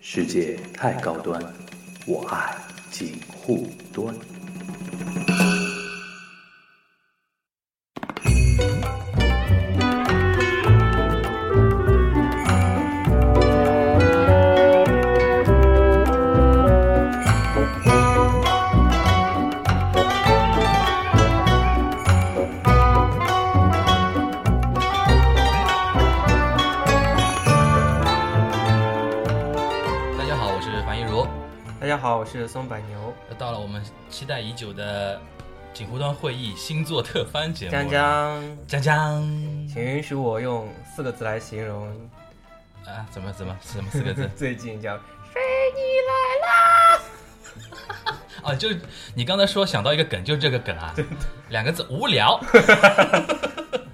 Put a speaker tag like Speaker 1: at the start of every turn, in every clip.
Speaker 1: 世界太高端，我爱锦护端。
Speaker 2: 大家好，我是樊一茹。
Speaker 3: 大家好，我是松柏牛。
Speaker 2: 又到了我们期待已久的锦湖端会议星座特番节目了。
Speaker 3: 江江，
Speaker 2: 江江
Speaker 3: 请允许我用四个字来形容
Speaker 2: 啊，怎么怎么什么四个 字
Speaker 3: 最 近叫
Speaker 2: 啊？就是你刚才说想到一个梗，就是这个梗啊，两个字无 聊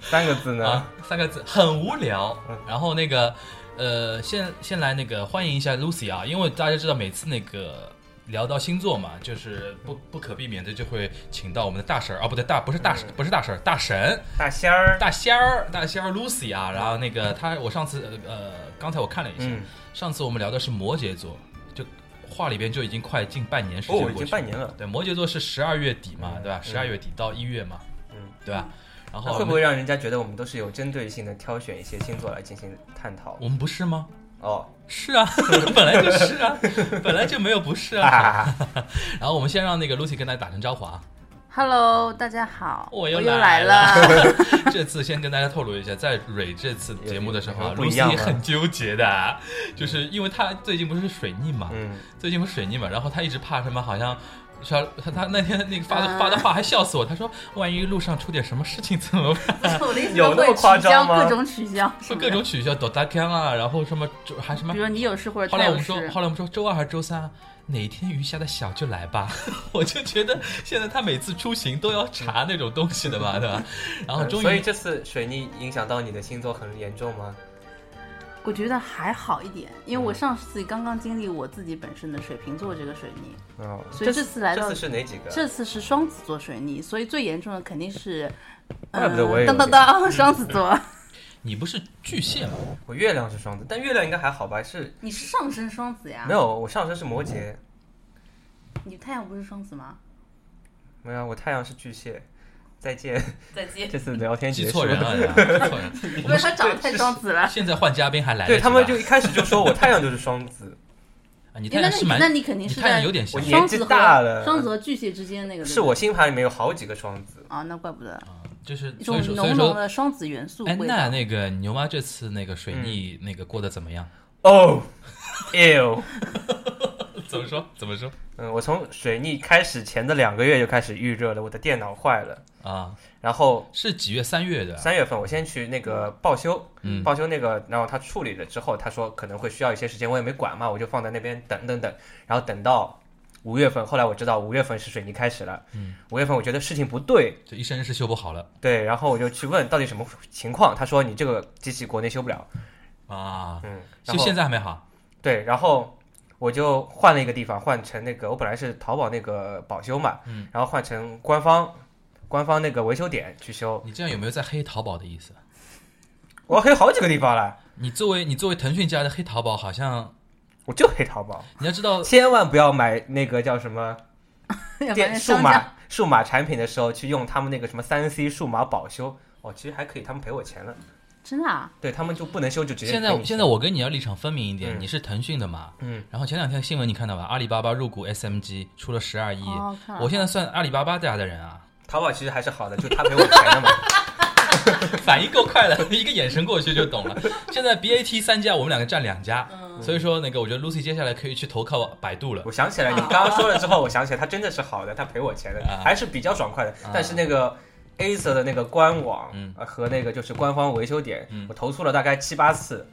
Speaker 3: 三个字呢？
Speaker 2: 啊，三个字很无聊。
Speaker 3: 嗯
Speaker 2: 然后那个呃，先先来那个欢迎一下 Lucy 啊，因为大家知道每次那个。聊到星座嘛，就是不不可避免的就会请到我们的大婶儿啊，不对大不是大婶不是大婶儿大神，
Speaker 3: 大仙儿，
Speaker 2: 大仙儿，大仙儿 Lucy 啊，然后那个他，我上次呃呃，刚才我看了一下，
Speaker 3: 嗯，
Speaker 2: 上次我们聊的是摩羯座，就话里边就已经快近半年时间
Speaker 3: 哦，
Speaker 2: 过
Speaker 3: 已
Speaker 2: 去了，
Speaker 3: 经半年了，
Speaker 2: 对，摩羯座是十二月底嘛，
Speaker 3: 嗯
Speaker 2: 对吧？十二月底到一月嘛，
Speaker 3: 嗯，
Speaker 2: 对吧？然后
Speaker 3: 那
Speaker 2: 我
Speaker 3: 会
Speaker 2: 们
Speaker 3: 不会让人家觉得我们都是有针对性的挑选一些星座来进行探讨？
Speaker 2: 我们不是吗？
Speaker 3: 哦，
Speaker 2: 是啊， 本来就是 啊，本来就没有不是啊。
Speaker 3: 啊，
Speaker 2: 然后我们先让那个 Lucy 跟大家打声招呼 啊。
Speaker 4: Hello，大家好，
Speaker 2: 我又
Speaker 4: 又
Speaker 2: 来
Speaker 4: 了。
Speaker 2: 这次先跟大家透露一下，在蕊这次节目的时候啊露
Speaker 3: 有，有
Speaker 2: 西
Speaker 3: 什么不一样吗
Speaker 2: 很纠结的啊，就是因为她最近不是水逆嘛，
Speaker 3: 嗯，
Speaker 2: 最近不是水逆嘛，然后他一直怕什么，好像说他他那天那个发的发的话还笑死我，他说万一路上出点什么事情怎么办？
Speaker 4: 我的意思
Speaker 3: 有
Speaker 4: 是
Speaker 3: 那么
Speaker 4: 会
Speaker 3: 夸
Speaker 4: 取消
Speaker 3: 张吗
Speaker 4: 各种取消，
Speaker 2: 说各种取消抖大天啊，然后什么就还什么
Speaker 4: 比如，说你有事或 者
Speaker 2: 后
Speaker 4: 他
Speaker 2: 来我
Speaker 4: 有
Speaker 2: 们
Speaker 4: 事
Speaker 2: 说，后来我们说周二还是周三。哪天雨下的小就来吧，我就觉得现在他每次出行都要查那种东西的嘛，对吧？然后哦终
Speaker 3: 嗯所以
Speaker 2: 于
Speaker 3: 这次水逆影响到你的星座很严重
Speaker 2: 哦
Speaker 3: 吗？
Speaker 4: 我觉得还好一点，因为我上次刚刚经历我自己本身的水瓶座这个水逆，
Speaker 3: 哦，
Speaker 4: 所以这次来
Speaker 3: 这
Speaker 4: 到
Speaker 3: 次是哪几个？
Speaker 4: 这次是双子座水逆，所以最严重的肯定是，
Speaker 3: 怪不得我也
Speaker 4: 呃，
Speaker 3: 有
Speaker 4: 当当当， 双子座，
Speaker 2: 你不是巨蟹吗？
Speaker 4: 嗯
Speaker 3: 我月亮是双子，但月亮应该还好吧？是
Speaker 4: 你是上升双子呀？
Speaker 3: 没，有，我上升是摩羯，
Speaker 4: 你太阳不是双子吗？
Speaker 3: 没有，我太阳是巨蟹。再见，
Speaker 4: 再见，
Speaker 3: 这次聊天
Speaker 2: 记
Speaker 3: 结束
Speaker 2: 错人了，记错人。
Speaker 4: 因为他长得太双子了。
Speaker 2: 现在换嘉宾还来得及
Speaker 3: 对
Speaker 2: 吧
Speaker 3: 他们就一开始就说我太阳就是双子，
Speaker 2: 啊你太
Speaker 4: 哎那
Speaker 2: 阳
Speaker 4: 那
Speaker 2: 是
Speaker 4: 你
Speaker 2: 蛮，
Speaker 4: 那你肯定
Speaker 2: 你
Speaker 4: 是
Speaker 2: 太阳
Speaker 4: 在
Speaker 2: 有点像
Speaker 3: 我年纪
Speaker 4: 双子和
Speaker 3: 大了
Speaker 4: 双子和巨蟹之间那个对
Speaker 3: 是
Speaker 4: 不对
Speaker 3: 我星盘里面有好几个双子，
Speaker 4: 啊，那怪不得
Speaker 2: 啊，就是
Speaker 4: 一
Speaker 2: 所
Speaker 4: 种
Speaker 2: 以说所以
Speaker 4: 浓
Speaker 2: 说
Speaker 4: 浓的双子元素
Speaker 2: 哎，
Speaker 4: 味道。
Speaker 2: 那那个牛妈这次那个水逆那个过得怎么样？
Speaker 3: 哦，ill。
Speaker 2: 怎么说？怎么说？
Speaker 3: 嗯，我从水逆开始前的两个月就开始预热了，我的电脑坏了。
Speaker 2: 啊，
Speaker 3: 然后
Speaker 2: 是几月？三月的啊。
Speaker 3: 三月份我先去那个报修，
Speaker 2: 嗯
Speaker 3: 报修那个，然后他处理了之后，他说可能会需要一些时间，我也没管嘛，我就放在那边等等等。然后等到五月份，后来我知道五月份是水逆开始了。
Speaker 2: 嗯，
Speaker 3: 五月份我觉得事情不对，
Speaker 2: 这一生是修不好了
Speaker 3: 对，然后我就去问到底什么情况，他说你这个机器国内修不了。
Speaker 2: 啊，
Speaker 3: 嗯，
Speaker 2: 就
Speaker 3: 然后
Speaker 2: 现在还没好。
Speaker 3: 对，然后我就换了一个地方，换成那个我本来是淘宝那个保修嘛，
Speaker 2: 嗯
Speaker 3: 然后换成官方官方那个维修点去修。
Speaker 2: 你这样有没有在黑淘宝的意思？
Speaker 3: 我黑好几个地方了，
Speaker 2: 你作为你作为腾讯家的黑淘宝，好像
Speaker 3: 我就黑淘宝，
Speaker 2: 你要知道，
Speaker 3: 千万不要买那个叫什么
Speaker 4: 要不然
Speaker 3: 电数
Speaker 4: 商家
Speaker 3: 码数码产品的时候去用他们那个什么三 C 数码保修。哦，其实还可以，他们赔我钱了，
Speaker 4: 真的啊，
Speaker 3: 对他们就不能修，就直接
Speaker 2: 现
Speaker 3: 赔
Speaker 2: 在
Speaker 3: 你
Speaker 2: 现
Speaker 3: 钱
Speaker 2: 在我跟你要立场分明一点，
Speaker 3: 嗯
Speaker 2: 你是腾讯的嘛？
Speaker 3: 嗯，
Speaker 2: 然后前两天新闻你看到吧？阿里巴巴入股 SMG，出了十二亿。
Speaker 4: 哦，看了
Speaker 2: 我现在算阿里巴巴家的人啊，
Speaker 3: 淘宝其实还是好的，就他赔我钱了嘛。
Speaker 2: 反应够快的， 一个眼神过去就懂了。现在 BAT 三家，我们两个占两家，
Speaker 4: 嗯
Speaker 2: 所以说那个我觉得 Lucy 接下来可以去投靠百度了。
Speaker 3: 我想起来，你刚刚说了之后，我想起来，他真的是好的，他赔我钱的
Speaker 2: 啊，
Speaker 3: 还是比较爽快的
Speaker 2: 啊。
Speaker 3: 但是那个 Acer 的那个官网
Speaker 2: 嗯
Speaker 3: 呃和那个就是官方维修点
Speaker 2: 嗯，
Speaker 3: 我投诉了大概七八次，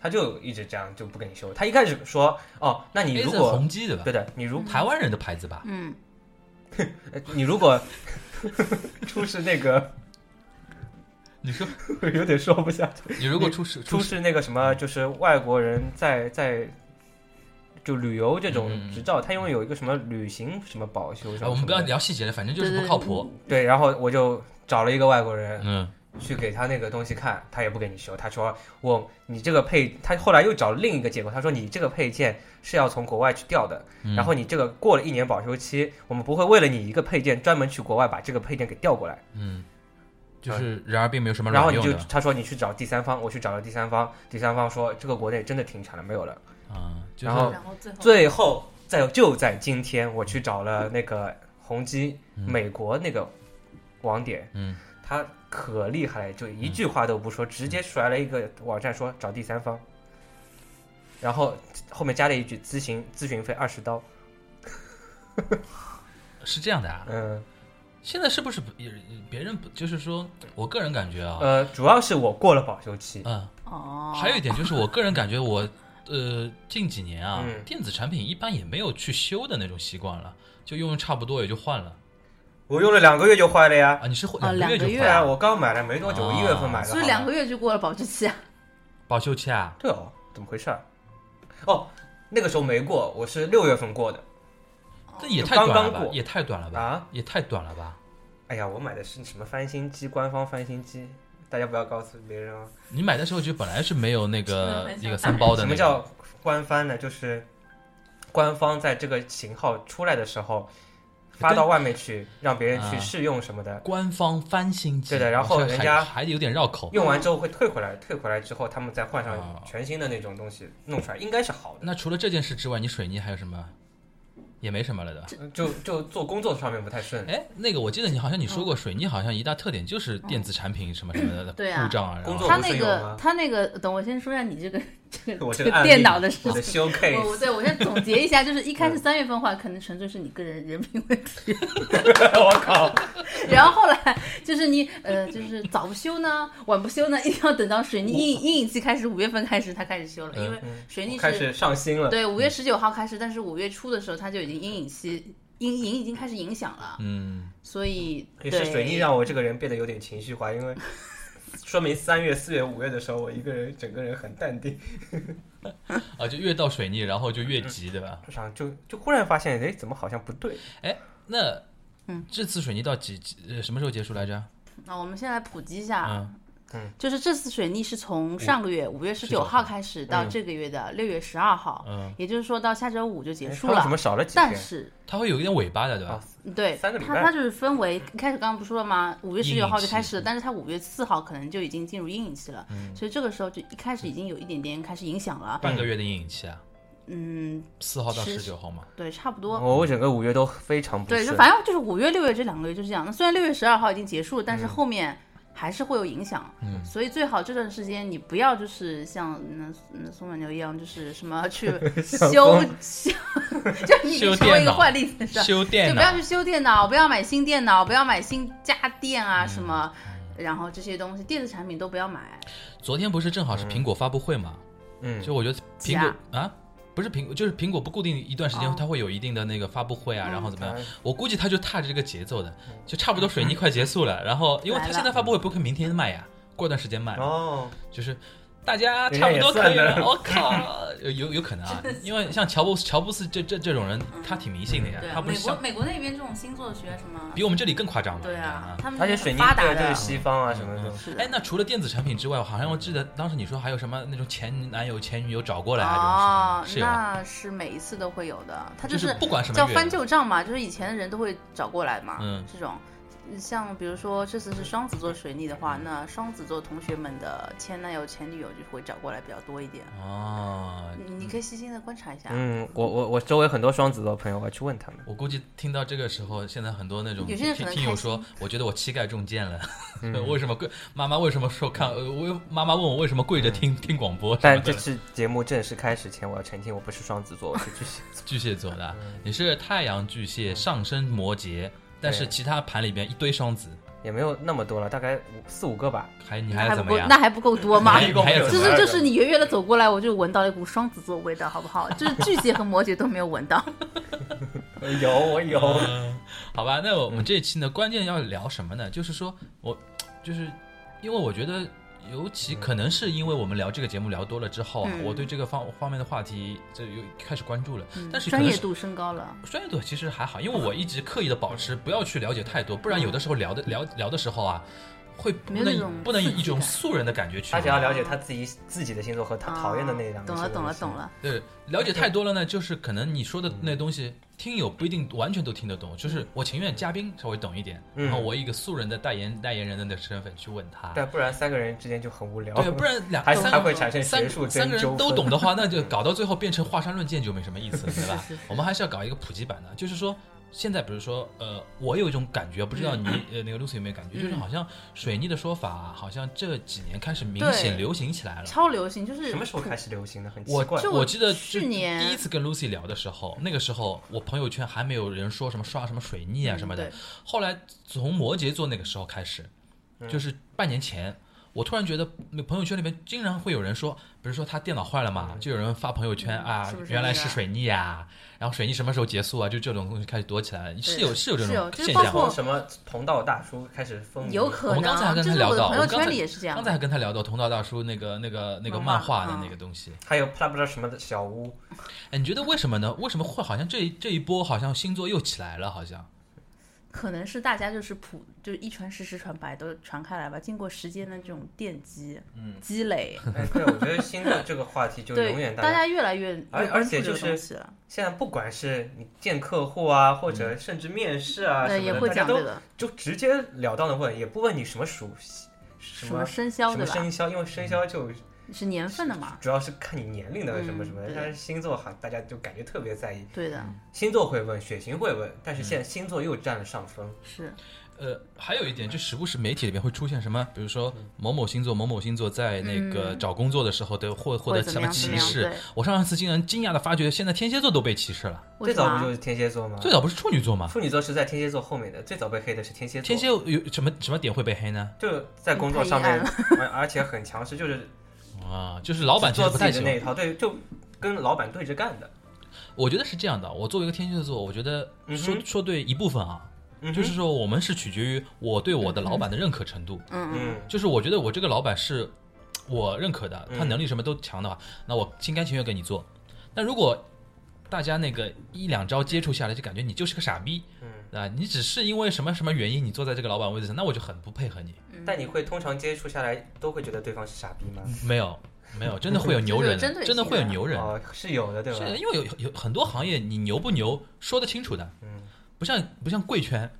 Speaker 3: 他就一直这样就不给你修。他一开始说，哦，那你
Speaker 2: A
Speaker 3: 如
Speaker 2: 是
Speaker 3: 果
Speaker 2: 宏基对吧？
Speaker 3: 对的，你如
Speaker 2: 台湾人的牌子吧？
Speaker 4: 嗯，
Speaker 3: 呃你如 果出示那个，
Speaker 2: 你说，
Speaker 3: 我有点说不下去，
Speaker 2: 你如果出嗯事
Speaker 3: 出
Speaker 2: 事
Speaker 3: 示那个什么，就是外国人在在。就旅游这种
Speaker 2: 嗯嗯嗯
Speaker 3: 执照，他因为有一个什么旅行什么
Speaker 2: 啊
Speaker 3: 保修什么什么的、
Speaker 2: 哎我们不要聊细节了，反正就是
Speaker 4: 对
Speaker 2: 不
Speaker 4: 对
Speaker 2: 靠谱。
Speaker 3: 对，然后我就找了一个外国人，
Speaker 2: 嗯，
Speaker 3: 去给他那个东西看，他也不给你修。他说我你这个配，他后来又找另一个结果，他说你这个配件是要从国外去调的，
Speaker 2: 嗯
Speaker 3: 然后你这个过了一年保修期，我们不会为了你一个配件专门去国外把这个配件给调过来。
Speaker 2: 嗯，就是然而并没有什么
Speaker 3: 然后
Speaker 2: 卵
Speaker 3: 你
Speaker 2: 用
Speaker 3: 就
Speaker 2: 的
Speaker 3: 他说你去找第三方，我去找了第三方，第三方说这个国内真的停产了，没有了。
Speaker 2: 啊，就
Speaker 3: 然后
Speaker 2: 是
Speaker 4: 然后最后
Speaker 3: 哦最后在就在今天，我去找了那个宏基
Speaker 2: 嗯
Speaker 3: 美国那个网点，
Speaker 2: 嗯
Speaker 3: 他可厉害了，就一句话都不说，直接甩了一个网站说找第三方，然后后面加了一句咨询咨询费二十刀，
Speaker 2: 是这样的啊。
Speaker 3: 嗯
Speaker 2: 现在是不是别别人不就是说，我个人感觉啊，
Speaker 3: 呃，主要是我过了保修期，
Speaker 2: 嗯，
Speaker 4: 哦，
Speaker 2: 还有一点就是，我个人感觉我，呃，近几年啊，
Speaker 3: 嗯
Speaker 2: 电子产品一般也没有去修的那种习惯了，就用差不多也就换了
Speaker 3: 我用了两个月就坏了呀，
Speaker 2: 啊。你是换
Speaker 4: 哦
Speaker 2: 两个
Speaker 4: 两个
Speaker 2: 月就
Speaker 3: 对
Speaker 4: 月
Speaker 2: 换
Speaker 3: 啊，我刚买了没多久，
Speaker 2: 哦
Speaker 3: 我一月份买的，
Speaker 4: 所以
Speaker 3: 好
Speaker 4: 两
Speaker 3: 吧
Speaker 4: 个月就过了保质期啊。
Speaker 2: 保修期啊？
Speaker 3: 对哦，怎么回事儿？哦，那个时候没过，我是六月份过的
Speaker 2: 这也
Speaker 3: 哦就
Speaker 2: 太短
Speaker 3: 刚
Speaker 2: 了
Speaker 3: 刚
Speaker 2: 吧？
Speaker 3: 过
Speaker 2: 也太短了吧？
Speaker 3: 啊。
Speaker 2: 也太短了吧？
Speaker 3: 哎呀，我买的是什么翻新机？官方翻新机，大家不要告诉别人哦。
Speaker 2: 你买的时候就本来是没有那
Speaker 4: 嗯
Speaker 2: 个
Speaker 4: 很像
Speaker 2: 那个三包的
Speaker 3: 什么
Speaker 2: 那
Speaker 3: 叫
Speaker 2: 个，
Speaker 3: 官方呢？就是官方在这个型号出来的时候，发到外面去，让别人去
Speaker 2: 啊
Speaker 3: 试用什么的。
Speaker 2: 官方翻新机。
Speaker 3: 对的然后
Speaker 2: 好像还
Speaker 3: 人家
Speaker 2: 还得有点绕口。
Speaker 3: 用完之后会退回来，退回来之后他们再换上
Speaker 2: 啊
Speaker 3: 全新的那种东西弄出来，应该是好的。
Speaker 2: 那除了这件事之外，你水泥还有什么？也没什么了的。
Speaker 3: 就就做工作上面不太顺，
Speaker 2: 哎，那个我记得你好像你说过，水泥好像一大特点就是电子产品什么什么的
Speaker 4: 对啊
Speaker 2: 故障啊，然后
Speaker 3: 工作
Speaker 4: 他
Speaker 3: 不是
Speaker 4: 那
Speaker 3: 有
Speaker 4: 个
Speaker 3: 吗
Speaker 4: 他那个，等我先说一下 你这个这个
Speaker 3: 我这
Speaker 4: 这
Speaker 3: 个案
Speaker 4: 个
Speaker 3: 例
Speaker 4: 电脑的事
Speaker 3: 我的嗯
Speaker 4: 情。
Speaker 3: 修 case
Speaker 4: 我我对我先总结一下，就是一开始三月份换，可能纯粹是你个人人品问题。
Speaker 3: 我靠！
Speaker 4: 然后后来就是你呃，就是早不修呢，晚不修呢，一定要等到水泥阴影阴影期开始，五月份开始它开始修了，因为水泥
Speaker 3: 嗯开
Speaker 4: 是
Speaker 3: 始上心了。
Speaker 4: 对五月十九号开始，但是五月初的时候它就已经阴影期阴影已经开始影响了，
Speaker 2: 嗯，
Speaker 4: 所以
Speaker 3: 也
Speaker 4: 对
Speaker 3: 是水逆让我这个人变得有点情绪化，因 为说明三月、四月、五月的时候，我一个人整个人很淡定，
Speaker 2: 啊，就越倒水泥，然后就越急，对吧？
Speaker 3: 然后就就忽然发现，哎，怎么好像不对？
Speaker 2: 那，
Speaker 4: 嗯，
Speaker 2: 这次水泥到几几呃什么时候结束来着？
Speaker 4: 那我们先来普及一下，
Speaker 2: 嗯
Speaker 4: 就是这次水逆是从上个月五月十九号开始到
Speaker 3: 嗯
Speaker 4: 这个月的六月十二号，
Speaker 2: 嗯，
Speaker 4: 也就是说到下周五就结
Speaker 3: 哎
Speaker 4: 束
Speaker 3: 他们
Speaker 4: 了
Speaker 3: 怎。么少了几天
Speaker 4: 但？是，
Speaker 2: 它会有一点尾巴的，对吧？
Speaker 4: 对
Speaker 3: 三个礼
Speaker 4: 它
Speaker 3: 拜
Speaker 4: 它就是分为一开始刚刚不说了吗？五月十九号就开始了，
Speaker 2: 阴影期
Speaker 4: 但是它五月四号可能就已经进入阴影期了，
Speaker 3: 嗯
Speaker 4: 所以这个时候就一开始已经有一点点开始影响了。
Speaker 2: 半个月的阴影期啊，
Speaker 4: 嗯，
Speaker 2: 四号到
Speaker 4: 是
Speaker 2: 十九号嘛。
Speaker 4: 对，差不多。
Speaker 3: 我我整个五月都非常不
Speaker 4: 对，就
Speaker 3: 顺，
Speaker 4: 反正就是五月、六月这两个月就是这样。那虽然六月十二号已经结束了，
Speaker 2: 嗯
Speaker 4: 但是后面还是会有影响。嗯，所以最好这段时间你不要就是像嗯嗯松本牛一样，就是什么 去修修，就你
Speaker 2: 修
Speaker 4: 说一
Speaker 2: 电
Speaker 4: 个
Speaker 2: 脑
Speaker 4: 坏例子是吧？
Speaker 2: 修
Speaker 4: 就
Speaker 2: 电
Speaker 4: 不
Speaker 2: 脑
Speaker 4: 要去修电脑，不要买新电脑，不要买新家电
Speaker 2: 嗯
Speaker 4: 啊什么，然后这些东西电子产品都不要买。
Speaker 2: 昨天不是正好是苹果发布会嘛？
Speaker 3: 嗯，
Speaker 2: 就我觉得苹
Speaker 4: 假
Speaker 2: 果啊，不是苹果，就是苹果不固定一段时间
Speaker 4: 哦嗯
Speaker 2: 它会有一定的那个发布会啊，然后怎么样
Speaker 3: 它？
Speaker 2: 我估计它就踏着这个节奏的，就差不多水泥快结束了，然后因为它
Speaker 4: 来了
Speaker 2: 现在发布会不可能明天卖呀，过段时间卖。
Speaker 3: 哦，
Speaker 2: 就是大家
Speaker 3: 人
Speaker 2: 差
Speaker 3: 家
Speaker 2: 不
Speaker 3: 也
Speaker 2: 多可以
Speaker 3: 算
Speaker 2: 了
Speaker 3: 了。
Speaker 2: 我靠，有有有可能啊，因为像乔布斯、乔布斯这这这种人，他挺迷信的呀，他啊不是像
Speaker 4: 嗯啊美国那边这种星座学什么，
Speaker 2: 比我们这里更夸张嘛。
Speaker 4: 对啊，他们
Speaker 3: 而且水
Speaker 4: 很
Speaker 3: 逆
Speaker 4: 发达
Speaker 3: 对就
Speaker 4: 的
Speaker 3: 是。西方啊什么的，
Speaker 4: 是
Speaker 2: 你知道吗。
Speaker 4: 的
Speaker 2: 哎，那除了电子产品之外，好像我记得当时你说还有什么那种前男友、前女友找过来啊
Speaker 4: 哦，
Speaker 2: 这种事情，是有吗？
Speaker 4: 那是每一次都会有的，他
Speaker 2: 就是不管什么
Speaker 4: 叫
Speaker 2: 月
Speaker 4: 翻旧账嘛，就是以前的人都会找过来嘛，
Speaker 2: 嗯
Speaker 4: 这种。像比如说这次是双子座水逆的话，那双子座同学们的前男友、前女友就会找过来比较多一点。
Speaker 2: 哦，
Speaker 4: 你你可以细心的观察一下，
Speaker 3: 嗯，我我我周围很多双子座朋友，我还啊去问他们，
Speaker 2: 我估计听到这个时候，现在很多那种
Speaker 4: 有些人可
Speaker 2: 听
Speaker 4: 能
Speaker 2: 听友
Speaker 4: 开心
Speaker 2: 说，我觉得我膝盖中箭了，
Speaker 3: 嗯
Speaker 2: 为什么跪？妈妈为什么说看？呃我妈妈问我为什么跪着听听广播什么的？
Speaker 3: 嗯但这次节目正式开始前，我要澄清，我不是双子座，我是巨蟹座。
Speaker 2: 巨蟹座的啊，你是太阳巨蟹上升摩羯，但是其他盘里边一堆双子，
Speaker 3: 也没有那么多了，大概五四五个吧。
Speaker 2: 还你
Speaker 4: 那
Speaker 2: 还
Speaker 4: 还
Speaker 2: 要
Speaker 4: 不
Speaker 2: 怎么
Speaker 4: 够，
Speaker 2: 样
Speaker 4: 那？还不够多吗？
Speaker 2: 你还要
Speaker 4: 就
Speaker 2: 怎么
Speaker 4: 是
Speaker 2: 样？
Speaker 4: 就是你远远的走过来，我就闻到了一股双子座味道，好不好？就是巨蟹和摩羯都没有闻到。
Speaker 3: 有我有，
Speaker 2: 嗯好吧，那我们这一期呢，关键要聊什么呢？就是说我，就是因为我觉得，尤其可能是因为我们聊这个节目聊多了之后啊，
Speaker 4: 嗯
Speaker 2: 我对这个方方面的话题就又开始关注了， 但是可
Speaker 4: 专
Speaker 2: 能
Speaker 4: 业
Speaker 2: 是
Speaker 4: 度升高了，
Speaker 2: 专业度
Speaker 4: 嗯
Speaker 2: 其实还好，因为我一直刻意的保持不要去了解太多，不然有的时候聊的聊聊的时候啊，会不
Speaker 4: 没有那种
Speaker 2: 能不能以
Speaker 4: 刺激
Speaker 2: 一种
Speaker 4: 感
Speaker 2: 素人的感觉去
Speaker 3: 他
Speaker 2: 玩。
Speaker 3: 只要了解他自己自己的星座和他讨厌的那两
Speaker 4: 啊
Speaker 3: 个星
Speaker 4: 懂
Speaker 3: 座
Speaker 4: 了，
Speaker 3: 就
Speaker 4: 懂了，
Speaker 3: 行
Speaker 4: 懂。了。
Speaker 2: 对，了解太多了呢，就是可能你说的那东西，听友不一定完全都听得懂。就是我情愿嘉宾稍微懂一点，
Speaker 3: 嗯
Speaker 2: 然后我以一个素人的代言代言人的那身份去问他。
Speaker 3: 对，不然三个人之间就很无聊。
Speaker 2: 对，不然两
Speaker 3: 还
Speaker 2: 三
Speaker 3: 还
Speaker 2: 个
Speaker 3: 会产生学
Speaker 2: 三
Speaker 3: 术
Speaker 2: 三
Speaker 3: 争
Speaker 2: 个
Speaker 3: 纠
Speaker 2: 人都
Speaker 3: 纷
Speaker 2: 懂的话，那就搞到最后变成华山论剑就没什么意思了，对 吧
Speaker 4: 是是是？
Speaker 2: 我们还是要搞一个普及版的，就是说。现在比如说，呃，我有一种感觉，不知道你
Speaker 3: 嗯
Speaker 2: 呃那个 Lucy 有没有感觉，就是
Speaker 4: 嗯
Speaker 2: 好像水逆的说法，好像这几年开始明
Speaker 4: 对
Speaker 2: 显流行起来了。
Speaker 4: 超流行，就是
Speaker 3: 什么时候开始流行的？很奇
Speaker 2: 我
Speaker 3: 怪。
Speaker 4: 就
Speaker 2: 我记得
Speaker 4: 去
Speaker 2: 就
Speaker 4: 年
Speaker 2: 第一次跟 Lucy 聊的时候，那个时候我朋友圈还没有人说什么刷什么水逆啊什么的。
Speaker 4: 嗯对
Speaker 2: 后来从摩羯座那个时候开始，
Speaker 3: 嗯
Speaker 2: 就是半年前，我突然觉得那朋友圈里面竟然会有人说，比如说他电脑坏了
Speaker 3: 嗯
Speaker 2: 嘛，就有人发朋友圈啊，
Speaker 4: 嗯是不是
Speaker 2: 原来
Speaker 4: 那个
Speaker 2: 是水逆啊，然后水逆什么时候结束啊？就这种东西开始躲起来，是有是有这
Speaker 4: 是有
Speaker 2: 种
Speaker 4: 就是
Speaker 2: 现
Speaker 4: 包
Speaker 2: 象。
Speaker 4: 括
Speaker 3: 从什么同道大叔开始风靡？
Speaker 4: 有可
Speaker 2: 我们刚才还
Speaker 4: 能，
Speaker 2: 跟
Speaker 4: 就
Speaker 2: 他
Speaker 4: 是
Speaker 2: 聊
Speaker 4: 我的
Speaker 2: 到，
Speaker 4: 朋
Speaker 2: 我
Speaker 4: 友
Speaker 2: 刚才
Speaker 4: 圈里也是这样
Speaker 2: 刚。才还跟他聊到同道大叔那个那个那个
Speaker 4: 漫
Speaker 2: 漫
Speaker 4: 画
Speaker 2: 画的
Speaker 4: 嗯
Speaker 2: 那个东西。
Speaker 3: 还有啪啦啪啦什么的小屋，
Speaker 2: 哎，你觉得为什么呢？为什么会好像这一这一波好像星座又起来了？好像
Speaker 4: 可能是大家就是普，就是一传十，十传百，都传开来吧。经过时间的这种奠基、
Speaker 2: 嗯
Speaker 4: 积累，
Speaker 3: 哎，对，我觉得星座这个话题 就永
Speaker 4: 对
Speaker 3: 远
Speaker 4: 大
Speaker 3: 家
Speaker 4: 家越来越
Speaker 3: 而
Speaker 4: 越
Speaker 3: 而
Speaker 4: 关
Speaker 3: 且就
Speaker 4: 注这个
Speaker 3: 是
Speaker 4: 东西了，
Speaker 3: 现在不管是你见客户啊，或
Speaker 2: 嗯
Speaker 3: 者甚至面试啊什
Speaker 4: 对，
Speaker 3: 么
Speaker 4: 也
Speaker 3: 的，
Speaker 4: 会
Speaker 3: 大家
Speaker 4: 讲这
Speaker 3: 都
Speaker 4: 个
Speaker 3: 就直截了当的问，也不问你什么属什
Speaker 4: 么
Speaker 3: 么
Speaker 4: 生肖
Speaker 3: 什
Speaker 4: 对
Speaker 3: 么
Speaker 4: 吧？
Speaker 3: 生肖，因为生肖就
Speaker 4: 你是年份的嘛？
Speaker 3: 主要是看你年龄的什么什么
Speaker 4: 嗯
Speaker 3: 的，
Speaker 4: 对
Speaker 3: 但是星座哈，大家就感觉特别在意。
Speaker 4: 对的，
Speaker 3: 星座会问，血型会问，但是
Speaker 2: 嗯
Speaker 3: 现在星座又占了上风。
Speaker 4: 是
Speaker 2: 呃，还有一点，就时不时媒体里面会出现什么，比如说某某星座、某某星座在那个
Speaker 4: 嗯
Speaker 2: 找工作的时候的获获
Speaker 4: 或
Speaker 2: 得
Speaker 4: 者怎
Speaker 2: 什
Speaker 4: 么
Speaker 2: 么
Speaker 4: 样怎么
Speaker 2: 歧
Speaker 4: 样？
Speaker 2: 视。
Speaker 4: 对，
Speaker 2: 我上一次竟然惊讶的发觉，现在天蝎座都被歧视了。
Speaker 3: 最
Speaker 4: 为什么
Speaker 3: 早不就
Speaker 4: 啊？
Speaker 3: 是天蝎座吗？
Speaker 2: 最早不是处女座吗？
Speaker 3: 处女座是在天蝎座后面的，最早被黑的是天蝎座。
Speaker 2: 天蝎有什么什么点会被黑呢？
Speaker 3: 就在工作上面，而而且很强势，就是
Speaker 2: 啊，就是老板其
Speaker 3: 做
Speaker 2: 实不
Speaker 3: 自
Speaker 2: 太
Speaker 3: 己的
Speaker 2: 喜
Speaker 3: 那一
Speaker 2: 欢。
Speaker 3: 套，对，就跟老板对着干的。
Speaker 2: 我觉得是这样的，我作为一个天蝎座，我觉得说
Speaker 3: 嗯哼
Speaker 2: 说对一部分啊，
Speaker 3: 嗯哼
Speaker 2: 就是说我们是取决于我对我的老板的认可程度。
Speaker 4: 嗯
Speaker 3: 嗯，
Speaker 2: 就是我觉得我这个老板是我认可的，
Speaker 3: 嗯
Speaker 2: 他能力什么都强的话，那我心甘情愿给你做。但如果大家那个一两招接触下来，就感觉你就是个傻逼，
Speaker 3: 嗯
Speaker 2: 啊，你只是因为什么什么原因你坐在这个老板位置上，那我就很不配合你。
Speaker 4: 嗯，
Speaker 3: 但你会通常接触下来都会觉得对方是傻逼吗？
Speaker 2: 没有，没有，真的会有牛人
Speaker 4: 这是有针对
Speaker 2: 的，
Speaker 4: 性
Speaker 2: 真
Speaker 4: 的
Speaker 2: 的会有牛人，
Speaker 3: 哦，是有的，对
Speaker 2: 是
Speaker 3: 吧？
Speaker 2: 因为有有很多行业你牛不牛说得清楚的，
Speaker 3: 嗯，
Speaker 2: 不像不像贵 圈，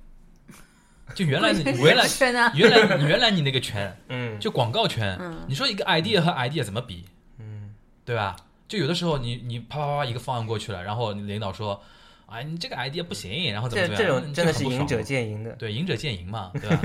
Speaker 2: 就原来 你
Speaker 4: 是
Speaker 2: 原来
Speaker 4: 圈呢？
Speaker 2: 原来你原来你那个圈，
Speaker 3: 嗯，
Speaker 2: 就广告圈，
Speaker 4: 嗯
Speaker 2: 你说一个 idea 和 idea 怎么比？
Speaker 3: 嗯，
Speaker 2: 对吧？就有的时候你你啪啪啪啪一个方案过去了，然后领导说，哎，你这个 idea 不行，然后怎么
Speaker 3: 这
Speaker 2: 怎么样，那
Speaker 3: 这种
Speaker 2: 你
Speaker 3: 真的是
Speaker 2: 很不爽
Speaker 3: 赢者见赢的。
Speaker 2: 对赢者见赢嘛， 对吧？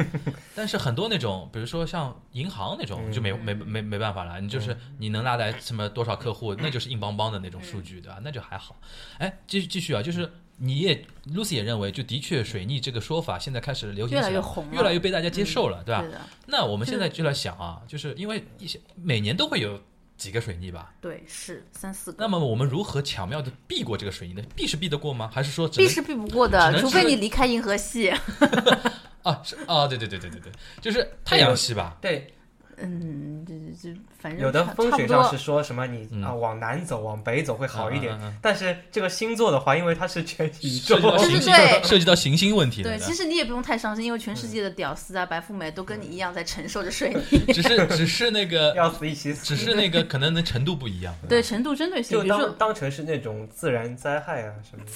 Speaker 2: 但是很多那种，比如说像银行那种，
Speaker 3: 嗯
Speaker 2: 就没没没没办法了，你就是你能拉来什么多少客户，那就是硬邦邦的那
Speaker 3: 嗯
Speaker 2: 种数据，对吧？那就还好。哎，继续继续啊，就是。你也，Lucy 也认为，就的确水逆这个说法现在开始流行起来，
Speaker 4: 越来越红了嗯
Speaker 2: 越来越被大家接受了，对吧
Speaker 4: 对？的，
Speaker 2: 那我们现在就来想啊，就是因为一些每年都会有几个水逆吧，
Speaker 4: 对，是三四个
Speaker 2: 那。么我们如何巧妙的避过这个水逆呢？避是避得过吗？还是说只
Speaker 4: 避
Speaker 2: 能
Speaker 4: 是避不过
Speaker 2: 只
Speaker 4: 的，
Speaker 2: 能
Speaker 4: 除非
Speaker 2: 是
Speaker 4: 你离开银河系。
Speaker 2: 啊是啊对对对对对对，就是太阳系吧？
Speaker 3: 对，
Speaker 4: 嗯，这这这，反正
Speaker 3: 有的
Speaker 4: 差
Speaker 3: 风
Speaker 4: 差
Speaker 3: 水
Speaker 4: 不
Speaker 3: 上
Speaker 4: 多
Speaker 3: 是说什么你
Speaker 2: 嗯
Speaker 3: 啊往南走往北走会好一
Speaker 2: 嗯
Speaker 3: 点
Speaker 2: 嗯嗯，
Speaker 3: 但是这个星座的话，因为它是全宇宙
Speaker 2: 涉及，到
Speaker 4: 就是
Speaker 2: 行星
Speaker 4: 对
Speaker 2: 涉及到行星问题
Speaker 4: 对，
Speaker 2: 的，
Speaker 4: 其实你也不用太伤心，因为全世
Speaker 3: 嗯
Speaker 4: 界的屌丝啊、白富美都跟你一样在承受 着水泥。
Speaker 2: 只是只是那个
Speaker 3: 要死一起死
Speaker 2: 只。是 那个可能那程度不一样。
Speaker 4: 对，程度针对
Speaker 3: 嗯
Speaker 4: 性，
Speaker 3: 就
Speaker 4: 比如说
Speaker 3: 当当成是那种自然灾害啊什么的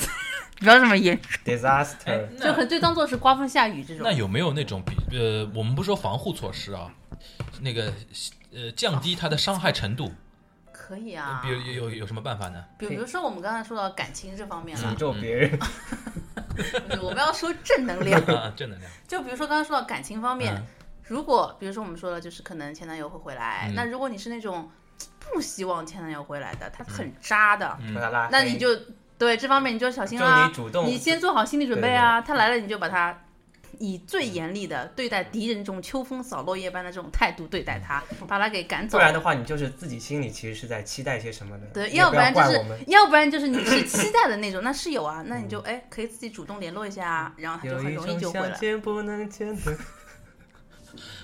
Speaker 4: 不要这么严，
Speaker 2: 哎
Speaker 3: disaster，，
Speaker 4: 就可
Speaker 2: 那
Speaker 4: 能就当做是刮风下雨这种
Speaker 2: 那。有没有那种比呃，我们不说防护措施啊，那个呃降低它的伤害程度，
Speaker 4: 可以啊，
Speaker 2: 比如有有有什么办法呢？
Speaker 4: 比如说我们刚才说到感情这方面
Speaker 2: 嗯
Speaker 3: 诅
Speaker 4: 了，
Speaker 3: 咒别人。
Speaker 4: 我们要说正能 量。
Speaker 2: 啊，正能量，
Speaker 4: 就比如说刚刚说到感情方面，
Speaker 2: 嗯
Speaker 4: 如果比如说我们说了，就是可能前男友会回来，
Speaker 2: 嗯
Speaker 4: 那如果你是那种不希望前男友回来的，他很渣的，
Speaker 2: 嗯
Speaker 3: 把他拉黑哎
Speaker 4: 那你就对这方面你就小心
Speaker 3: 就
Speaker 4: 啦
Speaker 3: 你。主动，
Speaker 4: 你先做好心理准备啊，他来了你就把他以最
Speaker 2: 嗯
Speaker 4: 严厉的对待敌人这种秋风扫落叶般的这种态度对待他，
Speaker 2: 嗯
Speaker 4: 把他给赶
Speaker 3: 不
Speaker 4: 走。
Speaker 3: 然的话，你就是自己心里其实是在期待些什么的。
Speaker 4: 对，
Speaker 3: 也
Speaker 4: 要
Speaker 3: 不
Speaker 4: 然就
Speaker 3: 怪
Speaker 4: 是
Speaker 3: 我们，嗯
Speaker 4: 要不然就是你是期待的那种，那是有啊，那你就哎可以自己主动联络一下啊，然后他就
Speaker 3: 有
Speaker 4: 很
Speaker 3: 一
Speaker 4: 容易
Speaker 3: 种
Speaker 4: 就回
Speaker 3: 相
Speaker 4: 来。
Speaker 3: 见不能见 的。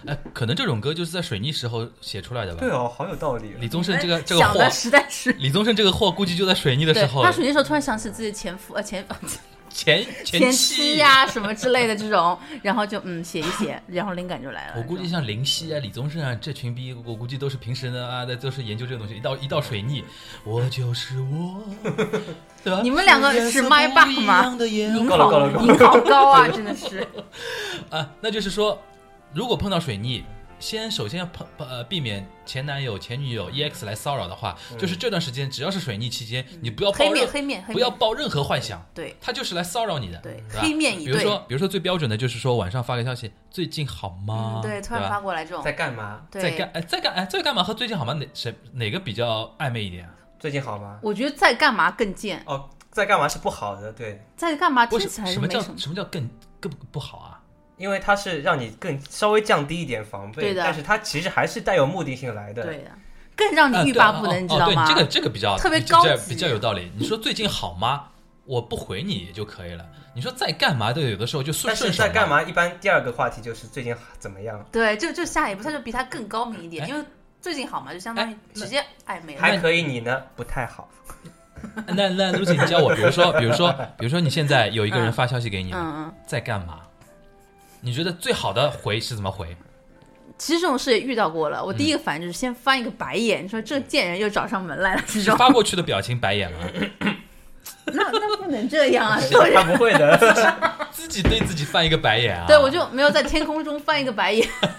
Speaker 2: 哎，可能这种歌就是在水逆时候写出来的吧
Speaker 3: 对？哦，好有道理。
Speaker 2: 李宗盛这个这个
Speaker 4: 想
Speaker 2: 货
Speaker 4: 的，实在是，
Speaker 2: 李宗盛这个货估计就在水逆的时
Speaker 4: 对
Speaker 2: 候
Speaker 4: 他属于那时候突然想起自己前夫呃前
Speaker 2: 前
Speaker 4: 前
Speaker 2: 期
Speaker 4: 妻呀、什么之类的这种，然后就嗯写一写，然后灵感就来了。
Speaker 2: 我估计像林夕啊、李宗盛啊这群逼，我估计都是平时呢啊，都是研究这个东西，一到一到水逆，我就是 我，对吧？
Speaker 4: 你们两个是麦霸吗
Speaker 2: 世界不一样的眼
Speaker 4: 银
Speaker 3: 够了够
Speaker 4: 好
Speaker 3: 了够了
Speaker 4: 银好高 啊，真的是。
Speaker 2: 啊，那就是说，如果碰到水逆，先首先要碰呃避免前男友、前女友 EX 来骚扰的话，就是这段时间只要是水逆期间，你不要
Speaker 4: 黑
Speaker 2: 抱
Speaker 4: 面
Speaker 2: 任
Speaker 4: 黑面黑面，
Speaker 2: 不要抱任何幻想，
Speaker 4: 对
Speaker 2: 他就是来骚扰你的，
Speaker 4: 对
Speaker 2: 对吧
Speaker 4: 黑面一
Speaker 2: 比如
Speaker 4: 对，
Speaker 2: 说，比如说最标准的就是说晚上发个消息，最近好吗？
Speaker 4: 嗯对，突然
Speaker 2: 吧
Speaker 4: 发过来这种
Speaker 3: 在，干嘛？
Speaker 4: 对
Speaker 2: 啊在干哎，在干哎，在干嘛和最近好吗？哪谁哪个比较暧昧一点啊？
Speaker 3: 最近好吗？
Speaker 4: 我觉得在干嘛更贱，
Speaker 3: 哦，在干嘛是不好的，对，
Speaker 4: 在干嘛
Speaker 2: 不
Speaker 4: 啊听
Speaker 2: 是
Speaker 4: 起来
Speaker 2: 什
Speaker 4: 是
Speaker 2: 么
Speaker 4: 没
Speaker 2: 叫
Speaker 4: 什么。
Speaker 2: 什么叫更更不好啊？
Speaker 3: 因为它是让你更稍微降低一点防备，
Speaker 4: 对的
Speaker 3: 但是它其实还是带有目的性来的。
Speaker 4: 对的，更让
Speaker 2: 啊
Speaker 4: 你欲
Speaker 2: 对啊
Speaker 4: 罢不
Speaker 2: 哦
Speaker 4: 能，你
Speaker 2: 哦
Speaker 4: 知道
Speaker 2: 对
Speaker 4: 吗？
Speaker 2: 这个这个比较
Speaker 4: 特别
Speaker 2: 比
Speaker 4: 高
Speaker 2: 较
Speaker 4: 级
Speaker 2: 比较有道理。你说最近好吗？我不回你也就可以了。你说在干嘛的，有的时候就顺
Speaker 3: 但是
Speaker 2: 顺手
Speaker 3: 在干
Speaker 2: 嘛？
Speaker 3: 嘛？一般第二个话题就是最近怎么样，
Speaker 4: 对，就就下一步，他就比他更高明一点，
Speaker 2: 哎
Speaker 4: 因为最近好嘛，就相当于
Speaker 2: 哎那
Speaker 4: 直接暧昧了。
Speaker 3: 还可以，你呢不太好。
Speaker 2: 那那 Lucy，你教我，比如说，比如说，比如说，你现在有一个人
Speaker 4: 嗯
Speaker 2: 发消息给你，
Speaker 4: 嗯嗯，
Speaker 2: 在干嘛？你觉得最好的回是怎么回？
Speaker 4: 其实这种事也遇到过了。我第一个反应就是先翻一个白眼，你说这贱人又找上门来了，这
Speaker 2: 是
Speaker 4: 种
Speaker 2: 发过去的表情白眼吗？
Speaker 4: 那那不能这样啊！做人
Speaker 3: 他不会的，
Speaker 2: 自己对自己翻一个白眼啊？
Speaker 4: 对我就没有在天空中翻一个白眼。
Speaker 2: 嗯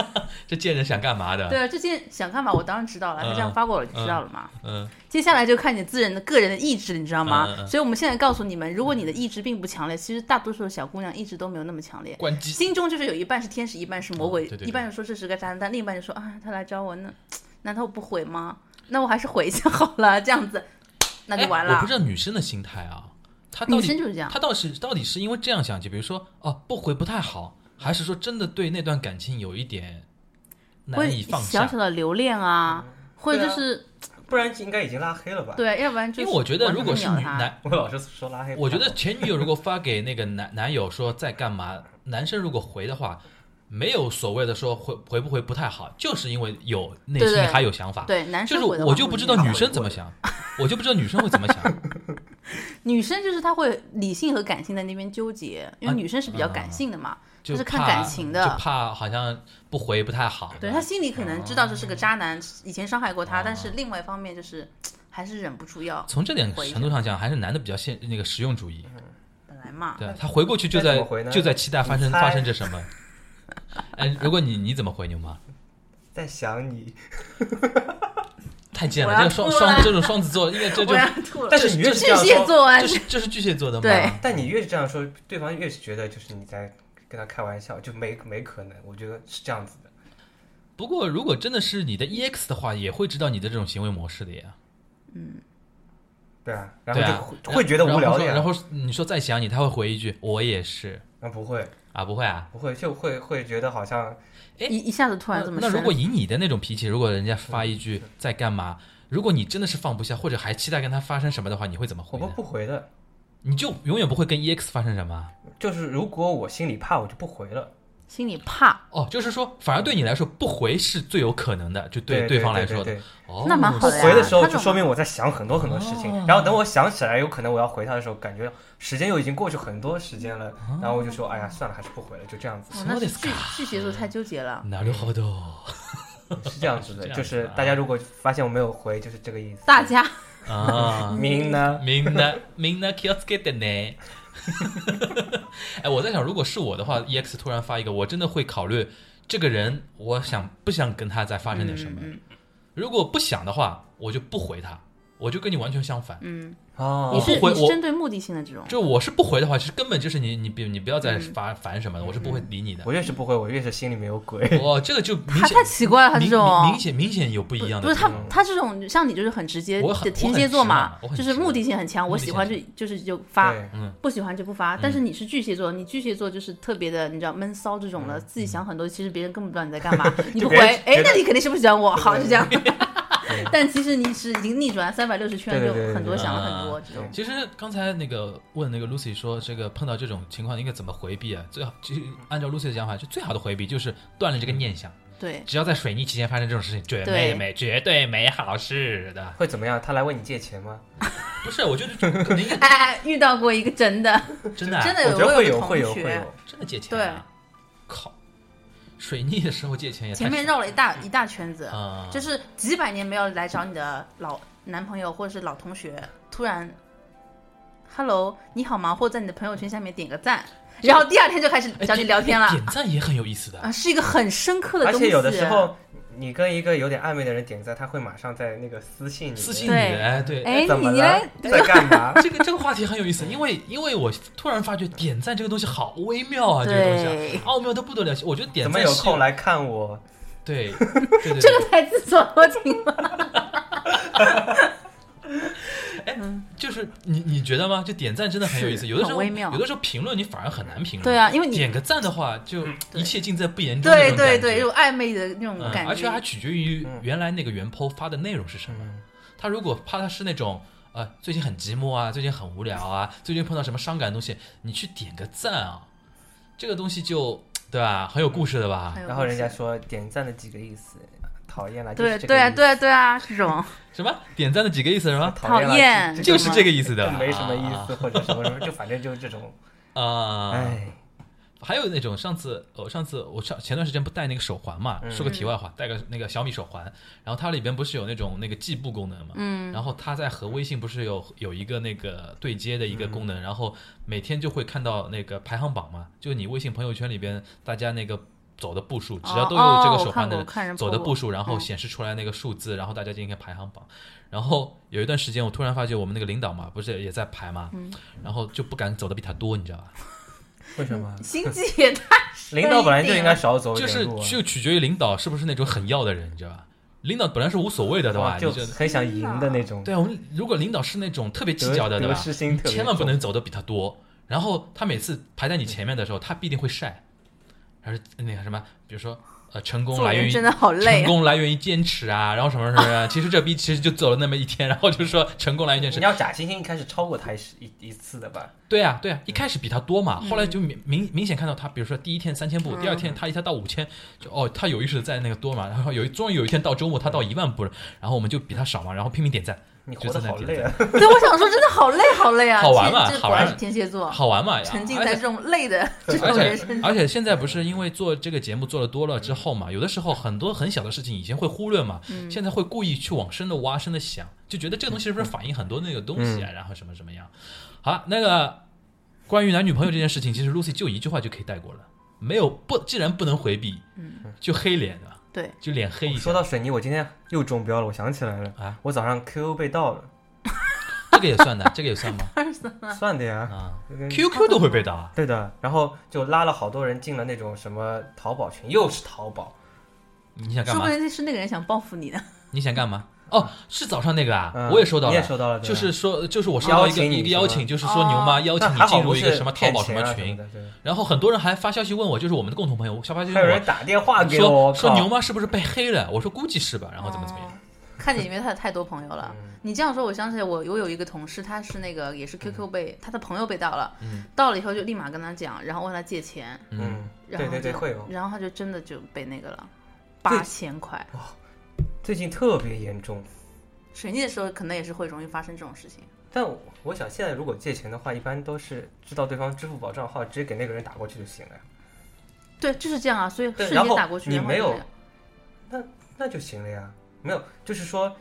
Speaker 2: 这贱人想干嘛的？
Speaker 4: 对，这件想看嘛，我当然知道了，他这样发过我就知道了嘛。
Speaker 2: 嗯，
Speaker 4: 接下来就看你自人的个人的意志，你知道吗
Speaker 2: 嗯？嗯嗯
Speaker 4: 所以我们现在告诉你们，如果你的意志并不强烈，其实大多数的小姑娘意志都没有那么强烈。
Speaker 2: 关机。
Speaker 4: 心中就是有一半是天使，一半是魔鬼，
Speaker 2: 嗯对对对
Speaker 4: 一半就说这是个渣男，但另一半就说啊，他来找我呢，难道我不回吗？那我还是回一下好了，这样子， 那就完
Speaker 2: 哎我
Speaker 4: 了
Speaker 2: 不。知道女生的心态啊，她到
Speaker 4: 女
Speaker 2: 底
Speaker 4: 生就是这样
Speaker 2: 她，到底到底是因为这样想起，比如说哦不回不太好，还是说真的对那段感情有一点难
Speaker 4: 会
Speaker 2: 以放
Speaker 4: 小
Speaker 2: 下
Speaker 4: 小？的留恋啊，或者就是
Speaker 3: 不然应该已经拉黑了吧？
Speaker 4: 对,、要不然就
Speaker 2: 因为我觉得如果是女
Speaker 4: 完全不鸟他，
Speaker 2: 男，
Speaker 3: 我老是说拉黑不太好。
Speaker 2: 我觉得前女友如果发给那个男 男友说在干嘛，男生如果回的话。没有所谓的说回回不回不太好，就是因为有内
Speaker 4: 对
Speaker 2: 心
Speaker 4: 对
Speaker 2: 还有想法，
Speaker 4: 对男
Speaker 2: 就
Speaker 4: 生
Speaker 2: 是
Speaker 4: 回的
Speaker 2: 我
Speaker 4: 话
Speaker 2: 就
Speaker 4: 会
Speaker 2: 不知
Speaker 4: 那
Speaker 2: 道
Speaker 4: 样
Speaker 2: 女生怎么想，我就不知道女生会怎么想。
Speaker 4: 女生就是她会理性和感性在那边纠结，
Speaker 2: 啊
Speaker 4: 因为女生是比较感性的嘛，
Speaker 2: 就
Speaker 4: 她是看
Speaker 2: 怕
Speaker 4: 感情的
Speaker 2: 就怕好像不回不太好。
Speaker 4: 对她心里可能知道这是个渣男，以前伤害过她，但是另外一方面就是嘖还是忍不住要
Speaker 2: 从这点程度上讲，还是男的比较现那个实用主义。
Speaker 4: 嗯本来嘛，
Speaker 2: 对他回过去就
Speaker 3: 那
Speaker 2: 在
Speaker 3: 怎么回呢
Speaker 2: 就在期待发生
Speaker 3: 你猜
Speaker 2: 发生着什么。哎，如果你你怎么回牛妈？
Speaker 3: 在想你，
Speaker 2: 太贱
Speaker 4: 我
Speaker 2: 了！
Speaker 4: 要
Speaker 2: 这个双
Speaker 4: 吐了
Speaker 2: 双这种双子座，因为这就
Speaker 4: 我要吐了
Speaker 3: 但。是你越是这
Speaker 4: 巨
Speaker 3: 样
Speaker 4: 蟹
Speaker 3: 说，
Speaker 4: 座啊
Speaker 2: 这，是这是巨蟹座的
Speaker 4: 对
Speaker 2: 嘛？
Speaker 3: 但你越是这样说，对方越是觉得就是你在跟他开玩笑，就没没可能。我觉得是这样子的。
Speaker 2: 不过如果真的是你的 EX 的话，也会知道你的这种行为模式的呀。
Speaker 3: 对啊，然
Speaker 2: 对
Speaker 3: 后
Speaker 2: 啊
Speaker 3: 就会,、，会觉得无聊的呀。
Speaker 2: 然后说然后你说再想你，他会回一句我也是
Speaker 3: 啊不会
Speaker 2: 啊，不会啊。
Speaker 3: 不会，就会会觉得好像
Speaker 2: 哎
Speaker 4: 一一下子突然这么
Speaker 2: 那
Speaker 4: 深
Speaker 2: 如果以你的那种脾气，如果人家发一句在干嘛，如果你真的是放不下，或者还期待跟他发生什么的话，你会怎么
Speaker 3: 我
Speaker 2: 回
Speaker 3: 不
Speaker 2: 呢？
Speaker 3: 不回的。
Speaker 2: 你就永远不会跟 EX 发生什么啊。
Speaker 3: 就是如果我心里怕，我就不回了。
Speaker 4: 心里怕，
Speaker 2: 哦，就是说，反而对你来说不回是最有可能的，就
Speaker 3: 对
Speaker 2: 对
Speaker 3: 对
Speaker 2: 方来
Speaker 3: 对
Speaker 2: 说
Speaker 3: 对
Speaker 2: 的。哦，
Speaker 4: 那蛮好
Speaker 3: 不
Speaker 4: 的呀
Speaker 3: 回的时候，
Speaker 4: 啊他怎
Speaker 3: 就
Speaker 4: 么
Speaker 3: 说明我在想很多很多事情
Speaker 2: 哦。
Speaker 3: 然后等我想起来，有可能我要回他的时候，感觉时间又已经过去很多时间了。
Speaker 2: 哦
Speaker 3: 然后我就说，哎呀，算了，还是不回了，就这样子，
Speaker 4: 哦，那
Speaker 2: そう
Speaker 4: 是
Speaker 2: ですか
Speaker 4: 巨巨蟹座太纠结了。
Speaker 2: なるほ ど。
Speaker 3: 是这样子的。
Speaker 2: 这样子啊
Speaker 3: 就是大家如果发现我没有回，就是这个意思。
Speaker 4: 大家
Speaker 2: 啊，
Speaker 3: 明呢？
Speaker 2: みんなみんな気をつけてね。 哎，我在想，如果是我的话，EX 突然发一个，我真的会考虑这个人，我想不想跟他再发生点什
Speaker 3: 嗯
Speaker 2: 么。
Speaker 4: 嗯
Speaker 2: 如果不想的话，我就不回他，我就跟你完全相
Speaker 4: 嗯
Speaker 2: 反。
Speaker 3: 哦
Speaker 4: 你，是
Speaker 2: 嗯不回
Speaker 4: 你是
Speaker 2: 我
Speaker 4: 针对目的性的这种，
Speaker 2: 就我是不回的话，其实根本就是你你别你不要再
Speaker 4: 嗯
Speaker 2: 发烦什么的，我是不会理你的。
Speaker 3: 我越是不回，我越是心里没有 鬼。
Speaker 2: 哇，这个就明
Speaker 4: 他
Speaker 2: 显
Speaker 4: 太奇怪了，他这
Speaker 2: 明
Speaker 4: 种
Speaker 2: 明明显明显有不一样的地方。
Speaker 4: 不是他，他这种像你就是很直接
Speaker 2: 我很
Speaker 4: 的天蝎座嘛
Speaker 2: 我很，直
Speaker 4: 就
Speaker 2: 嘛
Speaker 4: 是目的性很强，
Speaker 2: 我
Speaker 4: 我
Speaker 2: 很直
Speaker 4: 喜欢就就是就发，
Speaker 3: 对
Speaker 4: 不喜欢就不发。
Speaker 3: 嗯
Speaker 4: 但是你是巨蟹座，你巨蟹座就是特别的，你知道闷骚这种的，自己想很多，其实别人根本不知道你在干 嘛，你不
Speaker 3: 嗯
Speaker 4: 回
Speaker 3: 别人，
Speaker 4: 哎
Speaker 3: 觉，得
Speaker 4: 那你肯定是不喜欢我，好就这样。 但其实你是已经逆转三百六十圈，
Speaker 3: 对
Speaker 4: 就
Speaker 3: 对对对啊
Speaker 4: 很多
Speaker 3: 对
Speaker 4: 想了很多这种。
Speaker 2: 其实刚才那个问那个 Lucy 说，这个碰到这种情况应该怎么回避啊？最好就是按照 Lucy 的讲法，就最好的回避就是断了这个念想。
Speaker 4: 对，
Speaker 2: 只要在水逆期间发生这种事情，绝
Speaker 4: 嗯对
Speaker 2: 对没绝对没好事的。
Speaker 3: 会怎么样？他来问你借钱吗？
Speaker 2: 不是，我觉得你应该
Speaker 4: 哎哎，遇到过一个真的，
Speaker 2: 真的啊
Speaker 4: 真的
Speaker 3: 我觉得
Speaker 4: 我
Speaker 3: 会
Speaker 4: 有
Speaker 3: 有
Speaker 4: 个
Speaker 3: 会有
Speaker 4: 同
Speaker 3: 会
Speaker 4: 学
Speaker 3: 有，，
Speaker 2: 真的借钱啊、靠，水逆的时候借钱也太
Speaker 4: 前面绕了一大一大圈子，
Speaker 2: 啊，
Speaker 4: 就是几百年没有来找你的老男朋友或者是老同学，突然，Hello，你好吗？或者在你的朋友圈下面点个 赞，然后第二天就开始
Speaker 2: 哎
Speaker 4: 找你聊天了
Speaker 2: 点点赞也很有意思的
Speaker 4: 啊，是一个很深刻的
Speaker 3: 而
Speaker 4: 东西。啊
Speaker 3: 且有的时候你跟一个有点暧昧的人点赞，他会马上在那个私信里
Speaker 2: 私信你
Speaker 3: 面
Speaker 2: 的，哎，对，
Speaker 4: 对哎，
Speaker 3: 怎
Speaker 4: 你
Speaker 3: 么
Speaker 4: 你
Speaker 3: 了
Speaker 4: 来，
Speaker 3: 在干 嘛？
Speaker 2: 这个这个话题很有意思，因为因为我突然发觉点赞这个东西好微妙啊，这个东西
Speaker 4: 对
Speaker 2: 啊奥妙的不得了。我觉得点
Speaker 3: 怎么
Speaker 2: 赞
Speaker 3: 有
Speaker 2: 是
Speaker 3: 空来看我？
Speaker 4: 哎
Speaker 2: 对对对
Speaker 4: 这
Speaker 2: 对，
Speaker 4: 个台词怎么听了？
Speaker 2: 就是你你觉得吗？就点赞真的很有意思，
Speaker 4: 是
Speaker 2: 有的时
Speaker 4: 很
Speaker 2: 候
Speaker 4: 微妙
Speaker 2: 有的时候评论你反而很难评论。
Speaker 4: 对啊，因为你
Speaker 2: 点个赞的话，就一切尽在不言中那
Speaker 4: 对
Speaker 2: 种感
Speaker 4: 对
Speaker 2: 觉。
Speaker 4: 对，有暧昧的那种
Speaker 2: 嗯，
Speaker 4: 感
Speaker 2: 而且
Speaker 4: 觉
Speaker 2: 还。取决于原来那个原 PO 发的内容是什么。
Speaker 3: 嗯
Speaker 2: 他如果怕他是那种呃最近很寂寞啊，最近很无聊啊，最近碰到什么伤感的东西，你去点个赞啊，这个东西就对吧，很有故事的吧
Speaker 4: 很？有
Speaker 3: 然后人家
Speaker 4: 意思
Speaker 3: 说点赞的几个意思，讨厌了，就
Speaker 4: 对
Speaker 3: 是这个
Speaker 4: 对啊
Speaker 3: 意思啊
Speaker 4: 对啊对啊，这种
Speaker 2: 什么点赞的几个意思是 吧？
Speaker 3: 讨
Speaker 4: 讨
Speaker 3: 厌
Speaker 4: 厌
Speaker 3: 了，
Speaker 2: 就是这
Speaker 3: 个
Speaker 2: 个意思的吧，
Speaker 3: 没什么意思，或者什么什么，就反正就是这种，
Speaker 2: 啊。 啊
Speaker 3: 哎，
Speaker 2: 还有那种上次，我、上次我上前段时间不戴那个手环嘛，说个题外话，戴个那个小米手环，然后它里边不是有那种那个计步功能嘛，嗯，然后它在和微信不是有有一个那个对接的一个功能，然后每天就会看到那个排行榜嘛，就你微信朋友圈里边大家那个走的步数，只要都有这个手环的
Speaker 4: 哦哦哦我看过看人
Speaker 2: 走的
Speaker 4: po
Speaker 2: 步数，然后
Speaker 4: 嗯
Speaker 2: 显示出来那个数字，然后大家进行一个排行榜，然后有一段时间我突然发觉我们那个领导嘛，不是也在排嘛，
Speaker 4: 嗯
Speaker 2: 然后就不敢走的比他多，你知道吧？
Speaker 3: 为什么？
Speaker 4: 心机也太深一
Speaker 3: 领
Speaker 4: 点了。
Speaker 3: 导本来就应该少走一
Speaker 2: 就
Speaker 3: 点
Speaker 2: 是
Speaker 3: 路啊，
Speaker 2: 就取决于领导是不是那种很要的人，你知道吧？领导本来是无所谓的，对吧？
Speaker 3: 就
Speaker 2: 你就
Speaker 3: 很想赢的那种，
Speaker 2: 对啊，我们如果领导是那种特别计
Speaker 3: 得
Speaker 2: 较的，对
Speaker 3: 得
Speaker 2: 吧？
Speaker 3: 失心特别
Speaker 2: 千万不
Speaker 3: 重
Speaker 2: 能走的比他多。然后他每次排在你前面的时候，他必定会晒，还是那个什么，比如说呃，成功
Speaker 4: 做
Speaker 2: 来源
Speaker 4: 人
Speaker 2: 于
Speaker 4: 真的好累
Speaker 2: 成
Speaker 4: 啊。
Speaker 2: 功来源于坚持啊，然后什么什么啊，其实这逼其实就走了那么一天，然后就说成功来源于坚持
Speaker 3: 你。要假惺惺一开始超过他一时一一次的吧？
Speaker 2: 对啊，对啊，一开始比他多嘛，
Speaker 4: 嗯
Speaker 2: 后来就明明明显看到他，比如说第一天三千步，第二天他一下到五千，就哦，他有意识地在那个多嘛，然后有一终于有一天到周末他到一万步了，然后我们就比他少嘛，然后拼命点赞，
Speaker 3: 你
Speaker 2: 就
Speaker 3: 活得
Speaker 2: 在那
Speaker 3: 好
Speaker 2: 点
Speaker 3: 累
Speaker 2: 赞
Speaker 3: 啊！
Speaker 4: 对，我想说，真的好累好累啊！
Speaker 2: 好玩
Speaker 4: 天
Speaker 2: 嘛
Speaker 4: 这
Speaker 2: 好
Speaker 4: 果然
Speaker 2: 玩
Speaker 4: 是天蝎座，
Speaker 2: 好玩嘛，哎
Speaker 4: 沉浸
Speaker 2: 而
Speaker 4: 在
Speaker 2: 且
Speaker 4: 这种 累的这
Speaker 2: 而
Speaker 4: 种人
Speaker 2: 且
Speaker 4: 生。
Speaker 2: 而且现在不是因为做这个节目做的多了之后嘛，有的时候很多很小的事情以前会忽略嘛，现在会故意去往深的挖、深的想，就觉得这个东西是不是反映很多那个东
Speaker 3: 嗯
Speaker 2: 西啊，然后什么什么样。好，那个关于男女朋友这件事情，其实 Lucy 就一句话就可以带过了，没有不，既然不能回避，就黑脸对吧？
Speaker 4: 对，
Speaker 2: 就脸黑一
Speaker 3: 说
Speaker 2: 下，
Speaker 3: 到水泥，我今天又中标了，我想起来了
Speaker 2: 啊，
Speaker 3: 我早上 QQ 被盗了，
Speaker 2: 这个也算的，这个也算 吗？
Speaker 3: 算的呀，
Speaker 2: 啊
Speaker 3: 这跟
Speaker 2: ，QQ 都会被盗啊，
Speaker 3: 对的，然后就拉了好多人进了那种什么淘宝群，又是淘宝，
Speaker 2: 你想干
Speaker 4: 说不
Speaker 2: 嘛？
Speaker 4: 定是那个人想报复你呢。
Speaker 2: 你想干嘛？哦，是早上那个啊，
Speaker 3: 嗯
Speaker 2: 我也收到了，
Speaker 3: 你也收到了对吧
Speaker 2: 就是说，就是我收到一
Speaker 3: 邀
Speaker 2: 个
Speaker 3: 请你
Speaker 2: 一个
Speaker 3: 是吧
Speaker 2: 邀请，就是说牛
Speaker 4: 哦
Speaker 2: 妈邀请
Speaker 3: 那
Speaker 2: 哦你
Speaker 3: 还好
Speaker 2: 进入
Speaker 3: 不
Speaker 2: 一个
Speaker 3: 是
Speaker 2: 什么淘
Speaker 3: 骗
Speaker 2: 宝什
Speaker 3: 钱
Speaker 2: 么
Speaker 3: 啊
Speaker 2: 群
Speaker 3: 么，的，对
Speaker 2: 然后很多人还发消息问我，就是我们的共同朋友，小发消息
Speaker 3: 还有人
Speaker 2: 问
Speaker 3: 打电话
Speaker 2: 我，
Speaker 3: 给我，
Speaker 2: 说说
Speaker 3: 靠啊
Speaker 2: 牛妈是不是被黑了？我说估计是吧，然后怎么怎么样
Speaker 4: 哦。看你里面太太多朋友了。你这样说，我想起来我我有一个同事，他是那个也是 QQ 被、他的朋友被盗了，盗了以后就立马跟他讲，然后问他借钱，
Speaker 2: 嗯，
Speaker 3: 嗯，
Speaker 4: 然
Speaker 3: 对
Speaker 4: 后
Speaker 3: 对对，
Speaker 4: 就
Speaker 3: 会有。
Speaker 4: 然后他就真的就被那个了，八千块。
Speaker 3: 最近特别严重，
Speaker 4: 水逆的时候可能也是会容易发生这种事情。
Speaker 3: 但我我想现在如果借钱的话，一般都是知道对方支付宝账号，直接给那个人打过去就行了呀，
Speaker 4: 对，就是这样啊，所以
Speaker 3: 对
Speaker 4: 瞬
Speaker 3: 然
Speaker 4: 间
Speaker 3: 后
Speaker 4: 打过去，
Speaker 3: 你
Speaker 4: 然后
Speaker 3: 没
Speaker 4: 就
Speaker 3: 有
Speaker 4: 那样
Speaker 3: 那就行了呀。没有，就是说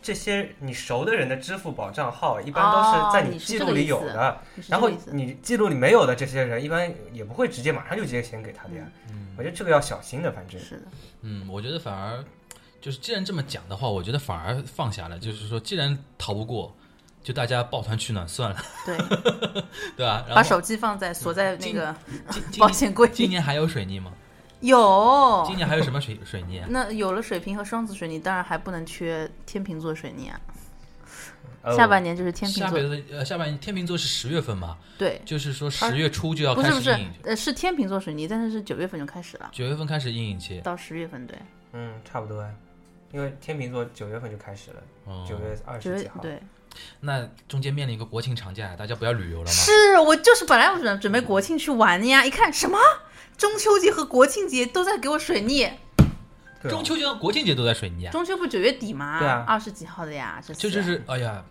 Speaker 3: 这些你熟的人的支付宝账号，一般都是在
Speaker 4: 哦你是
Speaker 3: 记
Speaker 4: 这
Speaker 3: 录
Speaker 4: 个
Speaker 3: 里
Speaker 4: 意
Speaker 3: 有
Speaker 4: 思
Speaker 3: 的，
Speaker 4: 你是
Speaker 3: 然
Speaker 4: 这
Speaker 3: 后
Speaker 4: 个意思
Speaker 3: 你记录里没有的这些人，一般也不会直接马上就直接钱给他的呀。
Speaker 4: 嗯
Speaker 3: 我觉得这个要小心的，反正
Speaker 4: 是的，
Speaker 2: 嗯，我觉得反而就是，既然这么讲的话，我觉得反而放下了，就是说，既然逃不过，就大家抱团取暖算了，
Speaker 4: 对，
Speaker 2: 对吧？然后
Speaker 4: 把手机放在锁在那
Speaker 2: 今
Speaker 4: 个
Speaker 2: 今今
Speaker 4: 保险柜里
Speaker 2: 今年还有水逆吗？
Speaker 4: 有
Speaker 2: 今年还有什么水水逆啊？
Speaker 4: 那有了水瓶和双子水泥，当然还不能缺天秤座水泥啊。
Speaker 3: 呃
Speaker 4: 下半年就是天秤
Speaker 2: 下
Speaker 4: 座，
Speaker 2: 边的呃，下半天秤座是十月份嘛，
Speaker 4: 对，
Speaker 2: 就是说十月初就要
Speaker 4: 不
Speaker 2: 开
Speaker 4: 是不
Speaker 2: 始
Speaker 4: 是
Speaker 2: 阴影，，
Speaker 4: 呃，是天秤座水泥，但是是九月份就开始了，
Speaker 2: 九月份开始阴影期，
Speaker 4: 到十月份，对，
Speaker 3: 嗯，差不多啊，因为天秤座九月份就开始了，
Speaker 2: 嗯
Speaker 3: 九、月二
Speaker 4: 九
Speaker 3: 十几
Speaker 4: 月
Speaker 3: 号。
Speaker 4: 对，
Speaker 2: 那中间面临一个国庆长假，大家不要旅游了吗？
Speaker 4: 是我就是本来我准准备国庆去玩的呀，一看什么中秋节和国庆节都在给我水逆，
Speaker 3: 对啊
Speaker 2: 中秋节和国庆节都在水逆啊，
Speaker 4: 中秋不九月底吗？
Speaker 3: 对啊
Speaker 4: 二十几号的呀，这
Speaker 2: 就
Speaker 4: 次
Speaker 2: 就是哎呀，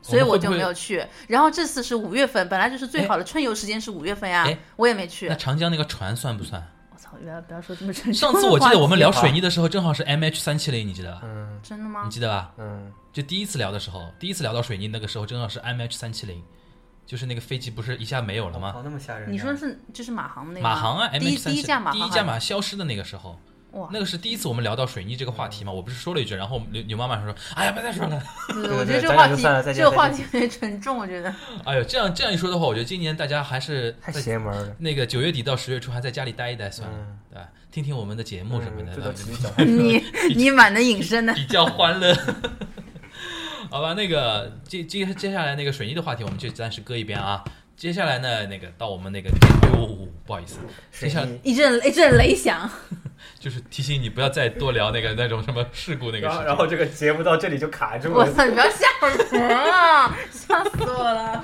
Speaker 4: 所以
Speaker 2: 我们会
Speaker 4: 我
Speaker 2: 不
Speaker 4: 就
Speaker 2: 会
Speaker 4: 没有去。然后这次是五月份，本来就是最好的春游时间是五月份呀
Speaker 2: 哎，
Speaker 4: 我也没去
Speaker 2: 那。长江那个船算不算？
Speaker 4: 我操，不要不要说这么沉重
Speaker 2: 上
Speaker 4: 的话题。
Speaker 2: 次我记得我们聊水泥的时候，正好是 M H 三七零，你记得吧？
Speaker 3: 嗯
Speaker 4: 真的吗
Speaker 2: 你？记得吧？
Speaker 3: 嗯，
Speaker 2: 就第一次聊的时候，第一次聊到水泥那个时候，正好是 M H 三七零，就是那个飞机不是一下没有了吗？
Speaker 3: 哦，那么吓人啊。
Speaker 4: 你说是就是马航那个吗
Speaker 2: 马航啊，M
Speaker 4: 第
Speaker 2: H
Speaker 4: 一
Speaker 2: 三
Speaker 4: 第
Speaker 2: 七
Speaker 4: 一架马
Speaker 2: 第
Speaker 4: 航
Speaker 2: 一
Speaker 4: 啊
Speaker 2: 架马消失的那个时候，
Speaker 4: 哇
Speaker 2: 那，个是第一次我们聊到水泥这个话题嘛？我不是说了一句，然后牛牛妈妈说：“哎呀，别再说了。
Speaker 4: 对
Speaker 3: 对
Speaker 4: 我觉
Speaker 3: 对
Speaker 4: 得这
Speaker 3: 咱
Speaker 4: 个
Speaker 3: 俩
Speaker 4: 话
Speaker 3: 就
Speaker 4: 题
Speaker 3: 算了再见
Speaker 4: 这个话
Speaker 3: 再
Speaker 4: 题有点沉重，我觉得。”
Speaker 2: 哎呦，这样这样一说的话，我觉得今年大家还是
Speaker 3: 太
Speaker 2: 在
Speaker 3: 邪门了。
Speaker 2: 那个九月底到十月初还在家里待一待算了，
Speaker 3: 嗯，
Speaker 2: 对吧？听听我们的节目什么
Speaker 3: 嗯这都
Speaker 2: 的，
Speaker 3: 骑 脚踏车
Speaker 4: 你你蛮能隐身的。
Speaker 2: 比较欢乐。 好吧，那个接接接下来那个水泥的话题，我们就暂时搁一边啊。接下来呢，那个到我们那个，哟，不好意思，
Speaker 3: 水
Speaker 2: 接下
Speaker 3: 泥。
Speaker 4: 一阵一阵雷响，
Speaker 2: 就是提醒你不要再多聊那个那种什么事故那个
Speaker 3: 然
Speaker 2: 事
Speaker 3: 后，
Speaker 2: 情。
Speaker 3: 然后这个节目到这里就卡住
Speaker 4: 我
Speaker 3: 了。
Speaker 4: 操！你不要吓人啊！ 吓死我了。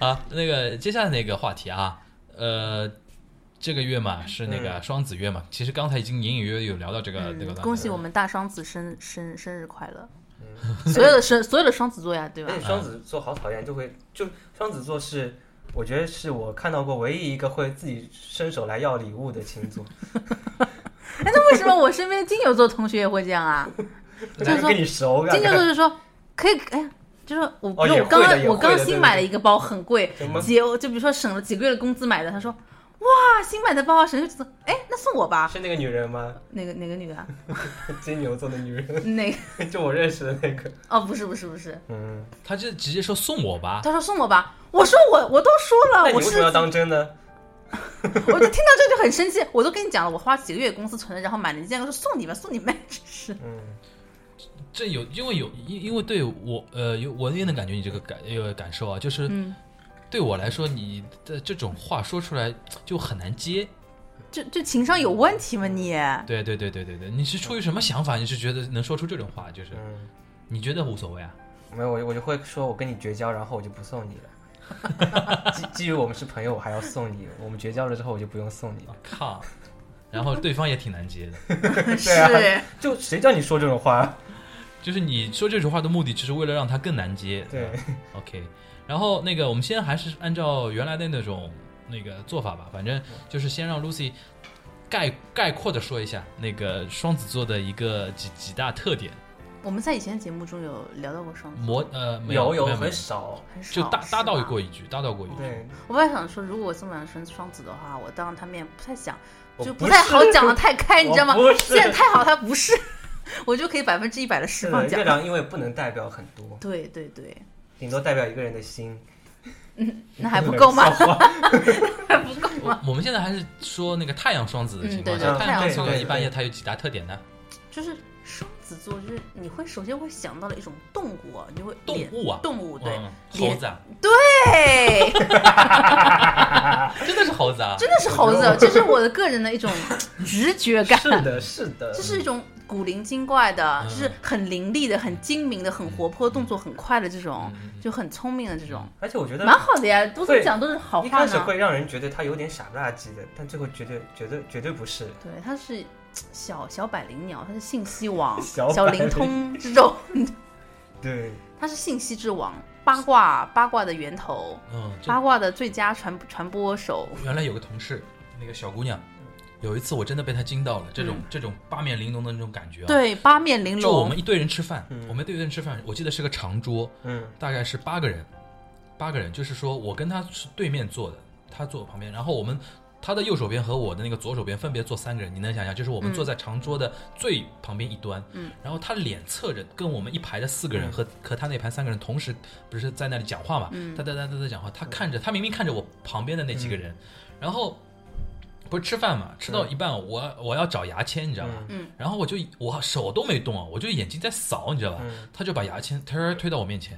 Speaker 2: 啊，那个接下来那个话题啊，呃，这个月嘛是那个双子月嘛，其实刚才已经隐隐约约有聊到这个、
Speaker 3: 呃
Speaker 2: 这个
Speaker 4: 嗯
Speaker 2: 东西，
Speaker 4: 恭喜我们大双子生生生日快乐！所有 的生所有的双子座呀，对吧
Speaker 3: 而且？双子座好讨厌，就会就双子座是，我觉得是我看到过唯一一个会自己伸手来要礼物的星 座，
Speaker 4: 哎，那为什么我身边金牛座同学也会这 样啊？就是
Speaker 3: 哪个
Speaker 4: 说
Speaker 3: 跟你熟啊
Speaker 4: 金，牛座就说可以，哎，就是我，
Speaker 3: 哦
Speaker 4: 比如
Speaker 3: 也
Speaker 4: 我
Speaker 3: 会
Speaker 4: 刚
Speaker 3: 的也
Speaker 4: 我
Speaker 3: 会
Speaker 4: 刚
Speaker 3: 的对
Speaker 4: 新
Speaker 3: 对
Speaker 4: 买
Speaker 3: 对
Speaker 4: 了一个包，很贵，
Speaker 3: 什么
Speaker 4: 结就比如说省了几个月的工资买的，他说哇，新买的包，省就哎，那送我吧。
Speaker 3: 是那个女人吗？
Speaker 4: 哪个哪个女的啊？
Speaker 3: 金牛座的女人，
Speaker 4: 哪个？
Speaker 3: 就我认识的那个。
Speaker 4: 哦，不是不是不是，
Speaker 3: 嗯，
Speaker 2: 他就直接说送我吧，
Speaker 4: 他说送我吧，我说我我都说
Speaker 3: 啊那
Speaker 4: 了，
Speaker 3: 你
Speaker 4: 我
Speaker 3: 为什
Speaker 4: 是
Speaker 3: 么要当真呢？
Speaker 4: 我就听到这就很生气， 我都跟你讲了，我花几个月工资存的，然后买了一件，我说送你吧，送你妹，真 是。
Speaker 3: 嗯，
Speaker 2: 这有因为有因因为对我呃有我也能感觉你这个感呃感受啊，就是
Speaker 4: 嗯，
Speaker 2: 对我来说你的这种话说出来就很难接，
Speaker 4: 这这情商有问题吗你？
Speaker 3: 啊
Speaker 2: 对对对对对对，你是出于什么想法？你是觉得能说出这种话，就是
Speaker 3: 嗯，
Speaker 2: 你觉得无所谓啊？
Speaker 3: 没有，我我就会说我跟你绝交，然后我就不送你了。基 基于我们是朋友，我还要送你。我们绝交了之后，我就不用送你
Speaker 2: 我
Speaker 3: 了。
Speaker 2: 靠，然后对方也挺难接的。
Speaker 4: 是
Speaker 3: 对啊就谁叫你说这种话？
Speaker 2: 就是你说这句话的目的，就是为了让它更难 接。
Speaker 3: 对
Speaker 2: 吧，OK。然后那个，我们先还是按照原来的那种那个做法吧，反正就是先让 Lucy 概概括的说一下那个双子座的一个几几大特点。
Speaker 4: 我们在以前节目中有聊到过双子，
Speaker 2: 模呃没
Speaker 3: 有
Speaker 2: 有
Speaker 3: 有
Speaker 2: 没有没
Speaker 3: 很
Speaker 2: 有
Speaker 3: 少。
Speaker 4: 很少
Speaker 2: 就搭搭到
Speaker 4: 是吧
Speaker 2: 过一句，搭到过一句。
Speaker 3: 对，
Speaker 4: 我本来想说，如果我送两双双子的话，我当着他面不太想，
Speaker 3: 我
Speaker 4: 就
Speaker 3: 不
Speaker 4: 不太好
Speaker 3: 是
Speaker 4: 讲的太开，你知道吗
Speaker 3: 我不？是
Speaker 4: 现在太好，他不是， 我就可以百分之一百的释
Speaker 3: 是
Speaker 4: 放
Speaker 3: 的，
Speaker 4: 讲
Speaker 3: 月。亮因为不能代表很多，
Speaker 4: 对对对，
Speaker 3: 顶多代表一个人的心。
Speaker 4: 那还不够 吗？还不够吗？
Speaker 2: 我我们现在还是说那个太阳双子的情况
Speaker 4: 嗯
Speaker 2: 下，
Speaker 4: 对对
Speaker 2: 太阳
Speaker 4: 太阳
Speaker 2: 双
Speaker 4: 双
Speaker 2: 子
Speaker 3: 子
Speaker 2: 一般也它有几大特点呢？
Speaker 4: 就是双子座，就是你会首先会想到的一种动物啊，你会
Speaker 2: 动
Speaker 4: 脸
Speaker 2: 物啊，
Speaker 4: 动物对
Speaker 2: 嗯，猴
Speaker 4: 脸
Speaker 2: 子啊，
Speaker 4: 对，
Speaker 2: 真的是猴子啊，
Speaker 4: 真的是猴子，这是我的个人的一种直觉感，
Speaker 3: 是的，是的，
Speaker 4: 这是一种古灵精怪的
Speaker 2: 嗯，
Speaker 4: 就是很伶俐的、很精明的、很活泼、动作很快的这种
Speaker 2: 嗯嗯，
Speaker 4: 就很聪明的这种，
Speaker 3: 而且我觉得
Speaker 4: 蛮好的呀，都
Speaker 3: 会
Speaker 4: 是讲都是好
Speaker 3: 一
Speaker 4: 话
Speaker 3: 开始
Speaker 4: 呢。
Speaker 3: 会让人觉得他有点傻不拉几的，但最后绝对、绝对、绝对不是。
Speaker 4: 对，它是小小百灵鸟，它是信息网、
Speaker 3: 小
Speaker 4: 小
Speaker 3: 百
Speaker 4: 灵
Speaker 3: 灵
Speaker 4: 通这种，
Speaker 3: 对，
Speaker 4: 它是信息之王，八卦八卦的源头，
Speaker 2: 嗯，这
Speaker 4: 八卦的最佳传传播手。
Speaker 2: 原来有个同事，那个小姑娘，有一次我真的被她惊到了，这种、
Speaker 4: 嗯
Speaker 2: 这种八面玲珑的那种感觉啊。，
Speaker 4: 对，八面玲
Speaker 2: 就我
Speaker 4: 珑
Speaker 2: 们，一队人吃饭，
Speaker 3: 嗯
Speaker 2: 我们一队人吃饭，我记得是个长桌，
Speaker 3: 嗯，
Speaker 2: 大概是八个人，八个人，就是说我跟她是对面坐的，她坐我旁边，然后我们。她的右手边和我的那个左手边分别坐三个人，你能想象，就是我们
Speaker 4: 嗯
Speaker 2: 坐在长桌的最旁边一端，
Speaker 4: 嗯，
Speaker 2: 然后她脸侧着跟我们一排的四个人
Speaker 3: 嗯
Speaker 2: 和和她那排三个人同时不是在那里讲话嘛，
Speaker 4: 嗯
Speaker 2: 他，在在在在讲话，他看着他明明看着我旁边的那几个人，然后不是吃饭嘛，吃到一半我我要找牙签，你知道吧？
Speaker 3: 嗯
Speaker 2: 然后我就我手都没动啊，我就眼睛在扫，你知道吧？
Speaker 3: 嗯
Speaker 2: 他就把牙签推推到我面前。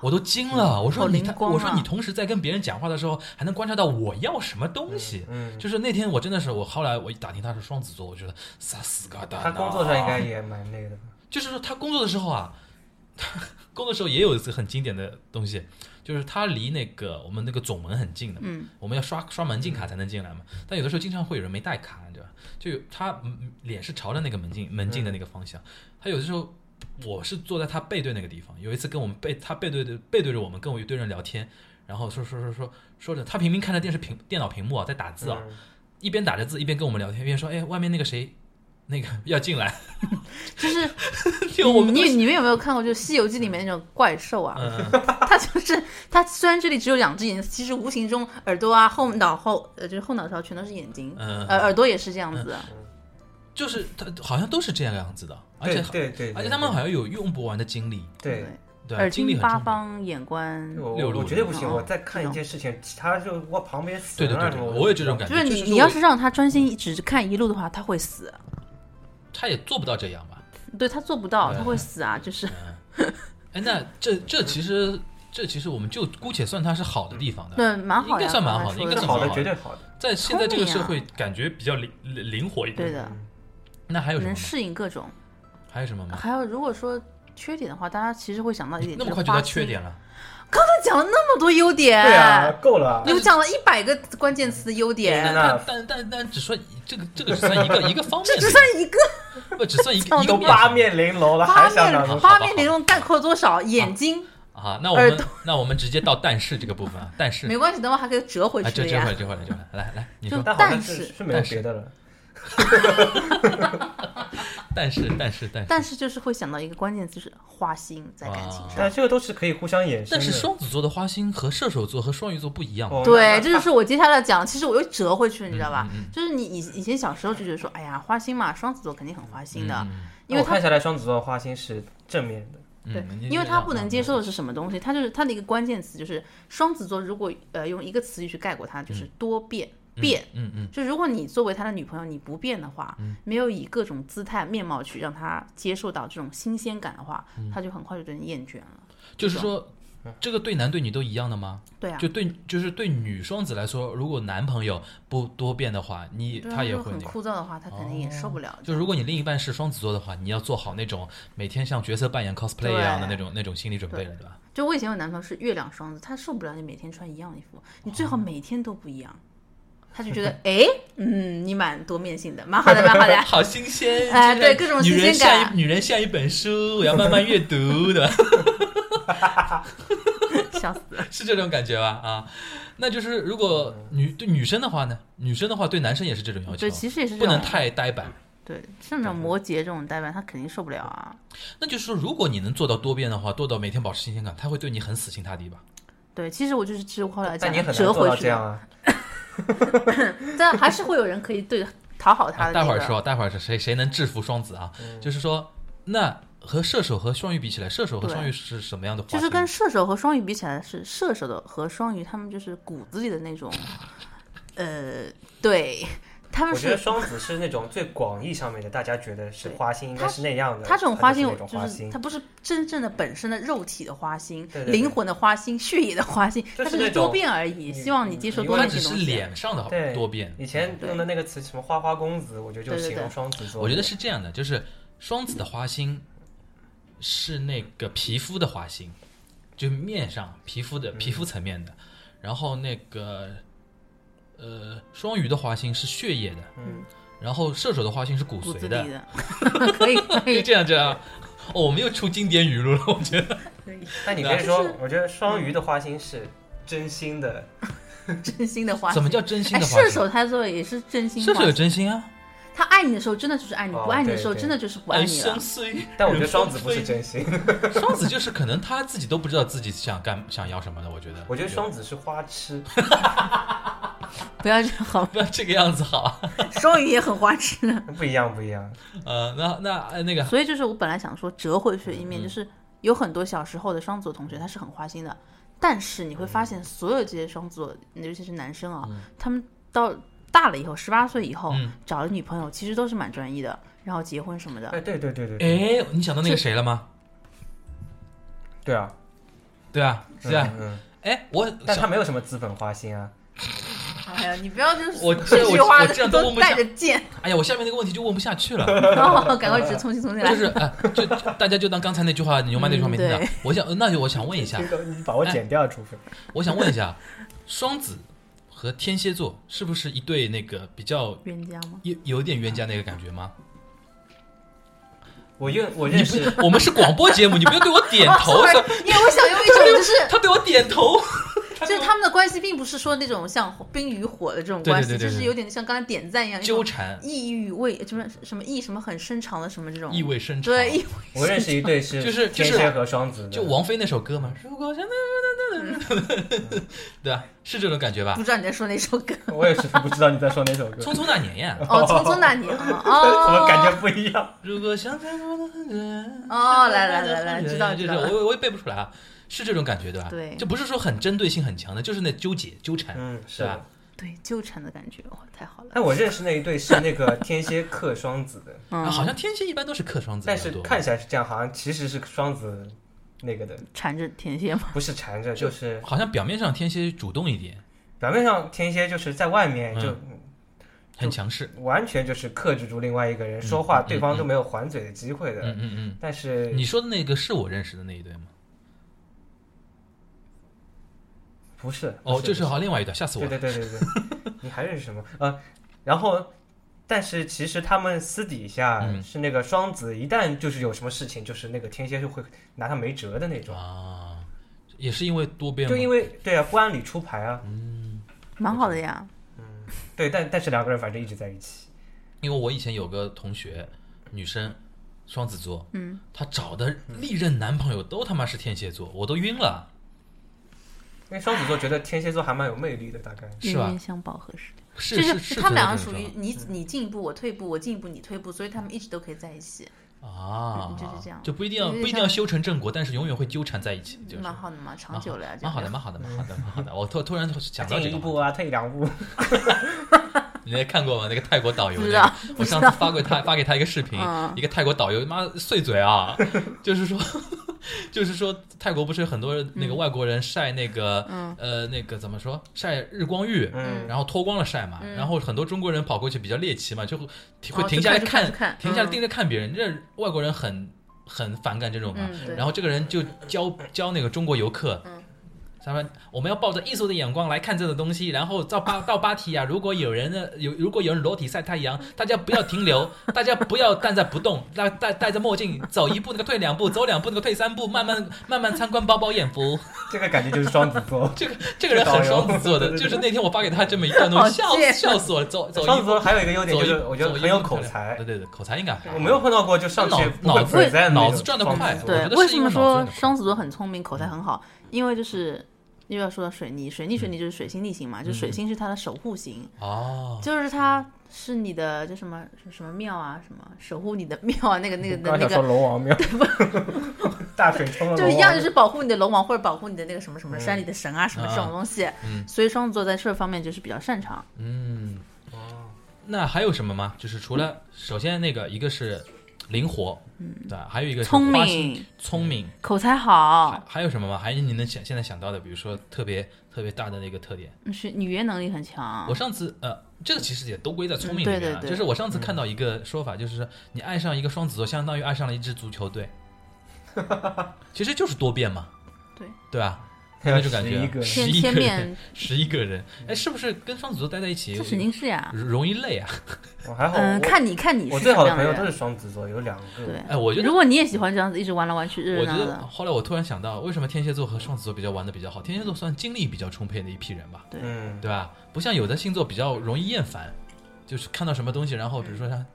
Speaker 2: 我都惊了，
Speaker 3: 嗯
Speaker 2: 我说
Speaker 4: 好
Speaker 2: 你
Speaker 4: 灵
Speaker 2: 他，
Speaker 4: 光啊
Speaker 2: 我说你同时在跟别人讲话的时候，还能观察到我要什么东西。
Speaker 3: 嗯，
Speaker 2: 就是那天我真的是，我后来我一打听他是双子座，我觉得傻死个蛋啊。
Speaker 3: 他工作上应该也蛮那个的吧。
Speaker 2: 就是说他工作的时候啊，他工作的时候也有一次很经典的东西，就是他离那个我们那个总门很近的，
Speaker 4: 嗯，
Speaker 2: 我们要刷刷门禁卡才能进来嘛。但有的时候经常会有人没带卡，你知道吧？就有他嗯脸是朝着那个门禁门禁的那个方向，他有的时候我是坐在他背对那个地方。有一次跟我们背，他背对着背对着我们，跟我一堆人聊天，然后说说说说说着，他明明看着电视屏电脑屏幕啊，在打字啊，
Speaker 3: 嗯
Speaker 2: 一边打着字一边跟我们聊天，一边说：“哎，外面那个谁，那个要进来。
Speaker 4: 就是”
Speaker 2: 就我们都
Speaker 4: 你你们有没有看过就是《西游记》里面那种怪兽啊？
Speaker 2: 嗯，
Speaker 4: 它就是它虽然这里只有两只眼睛，其实无形中耳朵啊后脑后呃就是后脑勺全都是眼睛，
Speaker 2: 嗯
Speaker 4: 呃耳朵也是这样子。
Speaker 2: 就是他好像都是这样样子的，而且
Speaker 3: 对对对，
Speaker 2: 而且
Speaker 3: 对
Speaker 2: 他们好像有用不完的精力，
Speaker 3: 对。
Speaker 2: 对吧，
Speaker 4: 耳
Speaker 2: 精力
Speaker 4: 听
Speaker 2: 很
Speaker 4: 八
Speaker 2: 重要。
Speaker 4: 方，眼观
Speaker 3: 对我
Speaker 2: 六
Speaker 3: 我
Speaker 2: 路
Speaker 3: 我绝对不行，
Speaker 4: 嗯
Speaker 3: 我在看一件事情，其他就我旁边死
Speaker 2: 对
Speaker 3: 人
Speaker 2: 对
Speaker 3: 啊
Speaker 2: 对
Speaker 3: 什
Speaker 2: 对，
Speaker 3: 么，
Speaker 2: 我也这种感觉。
Speaker 4: 就是
Speaker 2: 就
Speaker 4: 你，
Speaker 2: 是
Speaker 4: 你要
Speaker 2: 我
Speaker 4: 是让他专心只看一路的话，他会死。
Speaker 2: 他也做不到这样吧？
Speaker 4: 对他做不到，
Speaker 2: 对嗯
Speaker 4: 他会死啊！就是
Speaker 2: 哎，那这这其实这其实我们就姑且算它是好的地方的，
Speaker 4: 对，蛮好
Speaker 2: 应
Speaker 4: 呀，
Speaker 2: 该算蛮好的应该
Speaker 4: 刚才说
Speaker 3: 觉得
Speaker 2: 算
Speaker 3: 好
Speaker 2: 蛮
Speaker 3: 的
Speaker 2: 好
Speaker 3: 绝
Speaker 2: 的
Speaker 3: 对好的，
Speaker 2: 在现在这个
Speaker 4: 聪明
Speaker 2: 社
Speaker 4: 啊
Speaker 2: 会感觉比较灵灵灵活一点。
Speaker 4: 对的，
Speaker 2: 那还有什么
Speaker 4: 能
Speaker 2: 吗？
Speaker 4: 适应各种。
Speaker 2: 还有什么吗？
Speaker 4: 还有，如果说缺点的话，大家其实会想到一点，
Speaker 2: 嗯那么
Speaker 4: 是
Speaker 2: 快就到
Speaker 4: 花心
Speaker 2: 缺点，了，
Speaker 4: 他讲了那么多优点，
Speaker 3: 对啊，，够了，
Speaker 4: 有讲了一百个关键词优点，
Speaker 2: 但但但但只算这个这个只算一个一个方面
Speaker 4: 这
Speaker 2: 的，
Speaker 4: 只算一个
Speaker 2: 不只 算一个
Speaker 4: 讲
Speaker 2: 一个
Speaker 3: 都
Speaker 4: 得
Speaker 2: 面
Speaker 3: 八
Speaker 2: 上
Speaker 3: 面玲珑了，还
Speaker 4: 八
Speaker 3: 想
Speaker 4: 面
Speaker 3: 到
Speaker 2: 好吧
Speaker 4: 八面玲珑概括多少？眼睛
Speaker 2: 啊。那我
Speaker 4: 耳
Speaker 2: 们
Speaker 4: 朵
Speaker 2: 那我们直接到但是这个部分啊，但是
Speaker 4: 没关系，等会儿还可以折回
Speaker 2: 啊，
Speaker 4: 去
Speaker 2: 这
Speaker 4: 的
Speaker 2: 这会儿
Speaker 4: 呀。
Speaker 2: 这会儿这会儿来来你
Speaker 4: 就
Speaker 2: 说，
Speaker 3: 但好像
Speaker 4: 但
Speaker 3: 是
Speaker 4: 是
Speaker 3: 是没有
Speaker 2: 但是
Speaker 3: 别的了，
Speaker 2: 但是但是但是
Speaker 4: 但是就是会想到一个关键词，就是花心在感情
Speaker 2: 啊
Speaker 4: 上。
Speaker 3: 但这个都是可以互相衍生
Speaker 2: 但
Speaker 3: 的。
Speaker 2: 是双子座的花心和射手座和双鱼座不一样嘛，
Speaker 3: 哦
Speaker 4: 对，这就是我接下来讲。其实我又折回去，你知道吧
Speaker 2: 嗯嗯？
Speaker 4: 就是你以以前小时候就觉得说，哎呀，花心嘛，双子座肯定很花心的
Speaker 2: 嗯，
Speaker 3: 那
Speaker 4: 因为
Speaker 3: 我
Speaker 4: 他
Speaker 3: 看下来，双子座的花心是正面的，
Speaker 2: 嗯
Speaker 4: 对
Speaker 2: 嗯你，
Speaker 4: 因为
Speaker 2: 这
Speaker 4: 他
Speaker 2: 样
Speaker 4: 不能
Speaker 2: 嗯
Speaker 4: 接受的是什么东西？他就是他的一个关键词就是双子座，如果呃用一个词语去概括他，就是多变变。
Speaker 2: 嗯嗯，
Speaker 4: 就如果你作为他的女朋友，你不变的话，没有以各种姿态面貌去让他接受到这种新鲜感的话，
Speaker 2: 嗯
Speaker 4: 他就很快就对你厌倦了。
Speaker 2: 就是说，这个对男对女都一样的吗？
Speaker 4: 对啊，
Speaker 2: 就对，就是对女双子来说，如果男朋友不多变的话，你
Speaker 4: 对啊
Speaker 2: 他也
Speaker 4: 如果
Speaker 2: 会
Speaker 4: 很
Speaker 2: 那样。哦
Speaker 4: 枯燥的话，他肯定也受不了。
Speaker 2: 就如果你另一半是双子座的话，你要做好那种每天像角色扮演 cosplay
Speaker 4: 对
Speaker 2: 一样的那种那种心理准备了，对吧？
Speaker 4: 就我以前有男朋友是月亮双子，他受不了你每天穿一样的衣服，你最
Speaker 2: 哦
Speaker 4: 好每天都不 一样。他就觉得，哎，嗯，你蛮多面性的，蛮好的，蛮 好的。
Speaker 2: 好新鲜！
Speaker 4: 哎
Speaker 2: 这个
Speaker 4: 对各种
Speaker 2: 女
Speaker 4: 新
Speaker 2: 人
Speaker 4: 鲜
Speaker 2: 像
Speaker 4: 感
Speaker 2: 一女人像一本书，我要慢慢阅读，对吧？
Speaker 4: 笑死。
Speaker 2: 是这种感觉吧？啊，那就是如果女对女生的话呢，女生的话对男生也是这种要求
Speaker 4: 嗯对，，其实也是
Speaker 2: 不
Speaker 4: 这种
Speaker 2: 能太呆板。
Speaker 4: 对，像这种摩羯这种代办，他肯定受不了啊。
Speaker 2: 那就是说，如果你能做到多变的话，做到每天保持新鲜感，他会对你很死心塌地吧？
Speaker 4: 对，其实我就是只后来
Speaker 3: 但
Speaker 4: 讲
Speaker 3: 你很难
Speaker 4: 呃折
Speaker 3: 做
Speaker 4: 回
Speaker 3: 到
Speaker 4: 去
Speaker 3: 这样啊。
Speaker 4: 的， 但还是会有人可以 对讨好他
Speaker 2: 啊，
Speaker 4: 的、那个嗯
Speaker 2: 待会儿说，待会儿说谁谁能制服双子啊？就是说，那和射手和双鱼比起来，射手和
Speaker 4: 对
Speaker 2: 双鱼是什么样的花
Speaker 4: 就
Speaker 2: 心？
Speaker 4: 是跟射手和双鱼比起来，是射手的和双鱼，他们就是骨子里的那种，呃，对，他们
Speaker 3: 我觉得
Speaker 4: 是
Speaker 3: 双子是那种最广义上面的，大家觉得是花心，应该是那样的。
Speaker 4: 他这种花
Speaker 3: 花
Speaker 4: 心，
Speaker 3: 那
Speaker 4: 我
Speaker 3: 种
Speaker 4: 就
Speaker 3: 花
Speaker 4: 是
Speaker 3: 心
Speaker 4: 他，不是真正的本身的肉体的花心
Speaker 3: 对对，对
Speaker 4: 灵魂的花心，血液的花心，
Speaker 3: 就
Speaker 4: 他
Speaker 3: 是
Speaker 4: 只是
Speaker 3: 那种
Speaker 4: 多变而已。希望你接受
Speaker 3: 你
Speaker 4: 多
Speaker 2: 他
Speaker 4: 变
Speaker 3: 问
Speaker 4: 这
Speaker 2: 只
Speaker 4: 些
Speaker 2: 是
Speaker 4: 东西。
Speaker 2: 脸上的
Speaker 3: 对
Speaker 2: 多变。
Speaker 3: 以前用的那个词什么“花花公子”，我觉得就
Speaker 4: 嗯对对
Speaker 3: 形容
Speaker 4: 对
Speaker 3: 双子座。
Speaker 2: 我觉得是这样的，就是双子的花心是那个皮肤的花心，就面上皮肤
Speaker 3: 嗯
Speaker 2: 的皮肤层面的，然后那个呃双鱼的花心是血液的，
Speaker 3: 嗯，
Speaker 2: 然后射手的花心是骨
Speaker 4: 骨
Speaker 2: 髓
Speaker 4: 子
Speaker 2: 的
Speaker 4: 里，的， 可以可
Speaker 2: 就
Speaker 4: 以
Speaker 2: 这样这样。哦，我们又出经典语录了，我觉得。
Speaker 4: 可以，
Speaker 3: 但你
Speaker 2: 就
Speaker 3: 别说
Speaker 4: 是，嗯
Speaker 3: 我觉得双鱼的花心是真心的，
Speaker 4: 真心的花心
Speaker 2: 怎么。叫真心
Speaker 4: 哎，
Speaker 2: 的花
Speaker 4: 射
Speaker 2: 心？
Speaker 4: 手他做的也是真心
Speaker 2: 射
Speaker 4: 话
Speaker 2: 手有，真心啊，哎
Speaker 4: 他爱你的时候真的就是爱你，
Speaker 3: 哦
Speaker 4: 不爱你的时候
Speaker 3: 对对
Speaker 4: 真的就是不爱你了
Speaker 2: 相。随。
Speaker 3: 但我觉得双子不是真心。
Speaker 2: 双子，就是可能他自己都不知道自己想干想要什么的。我觉得，
Speaker 3: 我觉得双子是花痴，
Speaker 4: 不要这样好吗，
Speaker 2: 不要这个样子好啊。
Speaker 4: 双鱼也很花 痴的。
Speaker 3: 不一样，不一样。
Speaker 2: 呃，那那呃那个
Speaker 4: 所以就是我本来想说折回去的一
Speaker 2: 嗯
Speaker 4: 面，就是有很多小时候的双子座同学他是很花心的，但是你会发现所有这些双子座，尤其是男生啊，他们到大了以后，十八岁以后、
Speaker 2: 嗯
Speaker 4: 找了女朋友，其实都是蛮专一的，然后结婚什么的。
Speaker 3: 哎，对对对对对，
Speaker 2: 哎，你想到那个谁了吗？
Speaker 3: 对啊，
Speaker 2: 对啊，
Speaker 3: 嗯
Speaker 2: 是啊。
Speaker 3: 嗯，
Speaker 2: 哎，我
Speaker 3: 但他
Speaker 2: 想
Speaker 3: 没有什么资本花心啊。
Speaker 4: 哎呀，你不要就是
Speaker 2: 我
Speaker 4: 这句
Speaker 2: 我
Speaker 4: 话
Speaker 2: 我这样都问不
Speaker 4: 带
Speaker 2: 下
Speaker 4: 着剑，
Speaker 2: 哎呀，我下面那个问题就问不下去 了，
Speaker 4: 然后赶快直重新重新来。
Speaker 2: 就是哎，就大家就当刚才那句话牛妈那句话没听到
Speaker 4: 嗯对。嗯
Speaker 2: 我想，呃那就我想问一下
Speaker 3: 这，个你把我剪掉，除非
Speaker 2: 我想问一下，双子和天蝎座是不是一对那个比较
Speaker 4: 冤家吗？
Speaker 2: 有有点冤家那个感觉吗？
Speaker 3: 我认我
Speaker 2: 你
Speaker 3: 认识
Speaker 2: 不，我们是广播节目，你不要对我点 头。
Speaker 4: Oh, sorry，因嗯为我想用一 种就是
Speaker 2: 他对我点头，
Speaker 4: 就是他们的关系并不是说那种像冰与火的这种
Speaker 2: 对对
Speaker 4: 关系，
Speaker 2: 对对对
Speaker 4: 就是有点像刚才点赞一样
Speaker 2: 纠缠，
Speaker 4: 意欲味什么什么意什么很深长的什么这种
Speaker 2: 意味深长。
Speaker 4: 对意味
Speaker 3: 我认识一对是
Speaker 2: 就是就
Speaker 3: 天
Speaker 2: 是
Speaker 3: 蝎和双子的，
Speaker 2: 就王菲那首歌嘛，如果真的，
Speaker 4: 嗯
Speaker 2: 对啊，是这种感觉吧
Speaker 4: 不？知道你在说哪首 歌
Speaker 3: 我也是不知道你在说哪首歌，
Speaker 2: 《匆匆那年》呀，
Speaker 4: 哦，《匆匆那年》啊
Speaker 3: 怎
Speaker 4: 哦，
Speaker 3: 么感觉不一样？
Speaker 2: 如果想在我的人
Speaker 4: 哦来来来来知道
Speaker 2: 就
Speaker 4: 知
Speaker 2: 是
Speaker 4: 道
Speaker 2: 我我也背不出来啊，是这种感觉对吧？
Speaker 4: 对
Speaker 2: 就不是说很针对性很强的，就是那纠结纠缠，
Speaker 3: 嗯，是
Speaker 2: 对吧
Speaker 3: 啊。哎
Speaker 4: 对纠缠的感觉，哇，太好了，
Speaker 2: 啊
Speaker 3: 但我认识那一对是那个天蝎克双子 的，
Speaker 4: 嗯，
Speaker 2: 啊好像天蝎一般都是克双子
Speaker 3: 但
Speaker 2: 比较
Speaker 3: 是
Speaker 2: 多，
Speaker 3: 看起来是这样，好像其实是双子那 个的，
Speaker 4: 缠着天蝎嘛，
Speaker 3: 不是缠着，就是
Speaker 2: 好像表面上天蝎主动一点，
Speaker 3: 表面上天蝎就是在外面
Speaker 2: 嗯
Speaker 3: 就
Speaker 2: 很强势。
Speaker 3: 完全就是克制住另外一个人说话，对方都没有还嘴的机会的。
Speaker 2: 嗯嗯
Speaker 3: 但
Speaker 2: 嗯，
Speaker 3: 是
Speaker 2: 你说的那个是我认识的那一对吗？
Speaker 3: 不是
Speaker 2: 哦，
Speaker 3: 不
Speaker 2: 就是好像另外一对，吓死我
Speaker 3: 对
Speaker 2: 了。
Speaker 3: 对对对对， 你还认识什么？呃，然后，但是其实他们私底下
Speaker 2: 嗯
Speaker 3: 是那个双子，一旦就是有什么事情，就是那个天蝎就会拿他没辙的那种，
Speaker 2: 啊，也是因为多变吗，嗯
Speaker 3: 就因为对啊，不按理出牌啊，
Speaker 4: 蛮好的呀，
Speaker 3: 对，但但是两个人反正一直在一起，
Speaker 2: 因为我以前有个同学，女生，双子座，
Speaker 4: 嗯，
Speaker 2: 她找的历任男朋友都他妈是天蝎座，我都晕了，
Speaker 3: 因为双子座觉得天蝎座还蛮有魅力的，大概
Speaker 2: 是
Speaker 4: 冤
Speaker 2: 吧
Speaker 4: 冤？相报何时了？
Speaker 2: 是
Speaker 4: 就是他们两
Speaker 2: 个
Speaker 4: 个属于你
Speaker 2: 嗯
Speaker 4: 你进一步我退步，我进一步你退步，所以他们一直都可以在一起，
Speaker 2: 啊
Speaker 4: 嗯，就是这样
Speaker 2: 就不一定要
Speaker 4: 有点
Speaker 2: 不一定要
Speaker 4: 像
Speaker 2: 修成正果，但是永远会纠缠在一起，就是
Speaker 4: 蛮好的嘛，长久了呀，嗯
Speaker 2: 蛮好
Speaker 4: 这
Speaker 2: 的，
Speaker 4: 样
Speaker 2: 蛮好的，蛮好的，蛮好的。我突突然想到这
Speaker 3: 进一
Speaker 2: 个
Speaker 3: 步
Speaker 2: 话，
Speaker 3: 啊，退两步，
Speaker 2: 你那看过吗？那个泰国导游那
Speaker 4: 不知
Speaker 2: 个
Speaker 4: 道，
Speaker 2: 我上次发过 他发给他一个视频
Speaker 4: 嗯，
Speaker 2: 一个泰国导游，妈碎嘴啊， 就是说。就是说，泰国不是很多人那个外国人晒那个、
Speaker 4: 嗯
Speaker 2: 呃那个怎么说晒日光浴，
Speaker 3: 嗯，
Speaker 2: 然后脱光了晒嘛，然后很多中国人跑过去比较猎奇嘛，就会
Speaker 4: 嗯哦
Speaker 2: 会停下来
Speaker 4: 就
Speaker 2: 看，
Speaker 4: 看就看
Speaker 2: 停下来
Speaker 4: 嗯
Speaker 2: 盯着看别人。这外国人很很反感这种嘛。
Speaker 4: 嗯对
Speaker 2: 然后这个人就教教那个中国游客，
Speaker 4: 嗯
Speaker 2: 他说我们要抱着艺术的眼光来看这个东西。然后到芭 到芭提雅，如果有人呢有如果有人裸体晒太阳，大家不要停留， 大家不要站在不动，戴戴戴着墨镜，走一步那个退两步， 走两步那个退三步，慢慢慢慢参观包包眼福。。
Speaker 3: 这个感觉就是双子座
Speaker 2: 这个这个人很双子座的，
Speaker 3: 对对对
Speaker 2: 就是那天我发给他这么一段东西，
Speaker 4: 好
Speaker 2: 笑
Speaker 4: 贱
Speaker 2: 笑死我了。 走走一
Speaker 3: 双子
Speaker 2: 步
Speaker 3: 座，还有一个优点
Speaker 2: 走
Speaker 3: 就
Speaker 2: 一
Speaker 3: 是
Speaker 2: 步，
Speaker 3: 我觉得
Speaker 2: 走一
Speaker 3: 很有
Speaker 2: 步
Speaker 3: 口
Speaker 2: 漂亮
Speaker 3: 才
Speaker 2: 对，对对，口才应该还好
Speaker 3: 我没有碰到过就上去不会
Speaker 2: 脑子
Speaker 3: present
Speaker 2: 脑
Speaker 3: 那
Speaker 2: 子
Speaker 3: 种
Speaker 2: 转得
Speaker 3: 双子
Speaker 2: 快
Speaker 3: 座
Speaker 2: 我觉
Speaker 4: 对，
Speaker 2: 得
Speaker 4: 为
Speaker 2: 是
Speaker 4: 什
Speaker 2: 因为脑
Speaker 4: 么
Speaker 2: 子
Speaker 4: 说
Speaker 2: 里的
Speaker 4: 双子座很聪明，口才很好？
Speaker 2: 嗯
Speaker 4: 因为就是又要说到水逆，水逆水逆就是水星逆行嘛，就
Speaker 2: 嗯
Speaker 4: 水星是它的守护星，
Speaker 2: 哦。
Speaker 4: 就是它是你的叫什么什么庙啊，什么守护你的庙啊，那个那个
Speaker 3: 刚
Speaker 4: 的那
Speaker 3: 想说
Speaker 4: 个。
Speaker 3: 龙王庙， 大水冲了
Speaker 4: 就一
Speaker 3: 龙
Speaker 4: 样，
Speaker 3: 王庙。
Speaker 4: 就是保护你的龙王或者保护你的那个什么什么山里的神啊，什么这
Speaker 2: 啊
Speaker 4: 种东西。
Speaker 2: 嗯
Speaker 4: 所以双子座在这方面就是比较擅长。
Speaker 2: 嗯，那还有什么吗？就是除了首先那个，一个是灵活，对吧，还有一个是
Speaker 4: 聪
Speaker 2: 花心
Speaker 4: 明、嗯
Speaker 2: 聪明，
Speaker 4: 口才好
Speaker 2: 还，还有什么吗？还有你能想现在想到的，比如说特别特别大的那个特点。
Speaker 4: 是语言能力很强
Speaker 2: 我。上次呃，这个其实也都归在聪明里
Speaker 4: 嗯对
Speaker 2: 面啊。
Speaker 4: 对对
Speaker 2: 就是我上次看到一个说法，就是说你爱上一个双子座，相当于爱上了一支足球 队，其实就是多变嘛，
Speaker 4: 对
Speaker 2: 对吧？那种感觉
Speaker 3: 11个，人
Speaker 2: 十
Speaker 4: 千
Speaker 2: 一个
Speaker 4: 千
Speaker 2: 人，
Speaker 4: 面，
Speaker 2: 十一个人，哎，是不是跟双子座待在一起
Speaker 4: 这神经是呀。
Speaker 2: 容易累啊？
Speaker 3: 我还好，
Speaker 4: 嗯，
Speaker 3: 我
Speaker 4: 看你看你
Speaker 3: 我
Speaker 4: 是
Speaker 3: 最
Speaker 4: 什
Speaker 3: 好的
Speaker 4: 么样
Speaker 3: 朋
Speaker 4: 的
Speaker 3: 友都
Speaker 4: 人。
Speaker 3: 是双子座，有两个。
Speaker 4: 对，
Speaker 2: 哎，我觉得
Speaker 4: 如，果你也喜欢这样子一直玩来玩去、热热
Speaker 2: 我觉
Speaker 4: 闹闹
Speaker 2: 得
Speaker 4: 的，
Speaker 2: 后来我突然想到，为什么天蝎座和双子座比较玩的比较好？天蝎座算精力比较充沛的一批人吧，
Speaker 3: 嗯，
Speaker 2: 对吧？不像有的星座比较容易厌烦，就是看到什么东西，然后比如说像，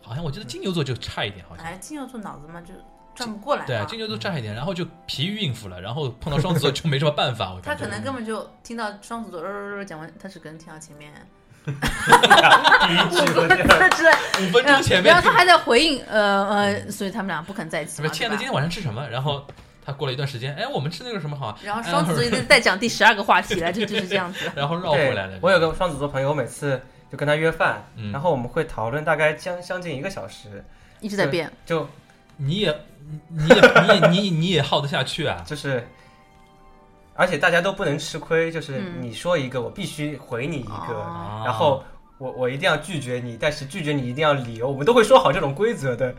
Speaker 2: 好像我觉得金牛座就差一点，好像。
Speaker 4: 哎，金牛座脑子嘛就转不过来嘛，
Speaker 2: 对啊，金牛座差一点，然后就疲于应付了，然后碰到双子 座就没什么办法，我
Speaker 4: 他
Speaker 2: 感觉
Speaker 4: 可能根本就听到双子座呃呃呃讲完，他只可能听到前面
Speaker 3: 第一句和这
Speaker 4: 他只
Speaker 2: 五分钟前面
Speaker 4: 然后他还在回应，呃呃，所以他们俩不肯在一起
Speaker 2: 什
Speaker 4: 嘛，
Speaker 2: 么亲爱的，今
Speaker 4: 对
Speaker 2: 天
Speaker 4: 吧
Speaker 2: 晚上吃什 么？然后他过了一段时间，哎，我们吃那个什么好啊？。
Speaker 4: 然后双子座一直在讲第十二个话题了，就就是这样子
Speaker 2: 然后 绕
Speaker 3: 对
Speaker 2: 回来了。
Speaker 3: 我有个双子座朋友，每次就跟他约饭，
Speaker 2: 嗯
Speaker 3: 然后我们会讨论大概将将近一个小时，
Speaker 4: 一直在变，
Speaker 3: 就
Speaker 2: 你也你你也你也你你也耗得下去啊？
Speaker 3: 就是，而且大家都不能吃亏，就是
Speaker 4: 嗯
Speaker 3: 你说一个，我必须回你一个，
Speaker 4: 哦
Speaker 2: 啊
Speaker 3: 然后我我一定要拒绝你，但是拒绝你一定要理由，我们都会说好这种规则的。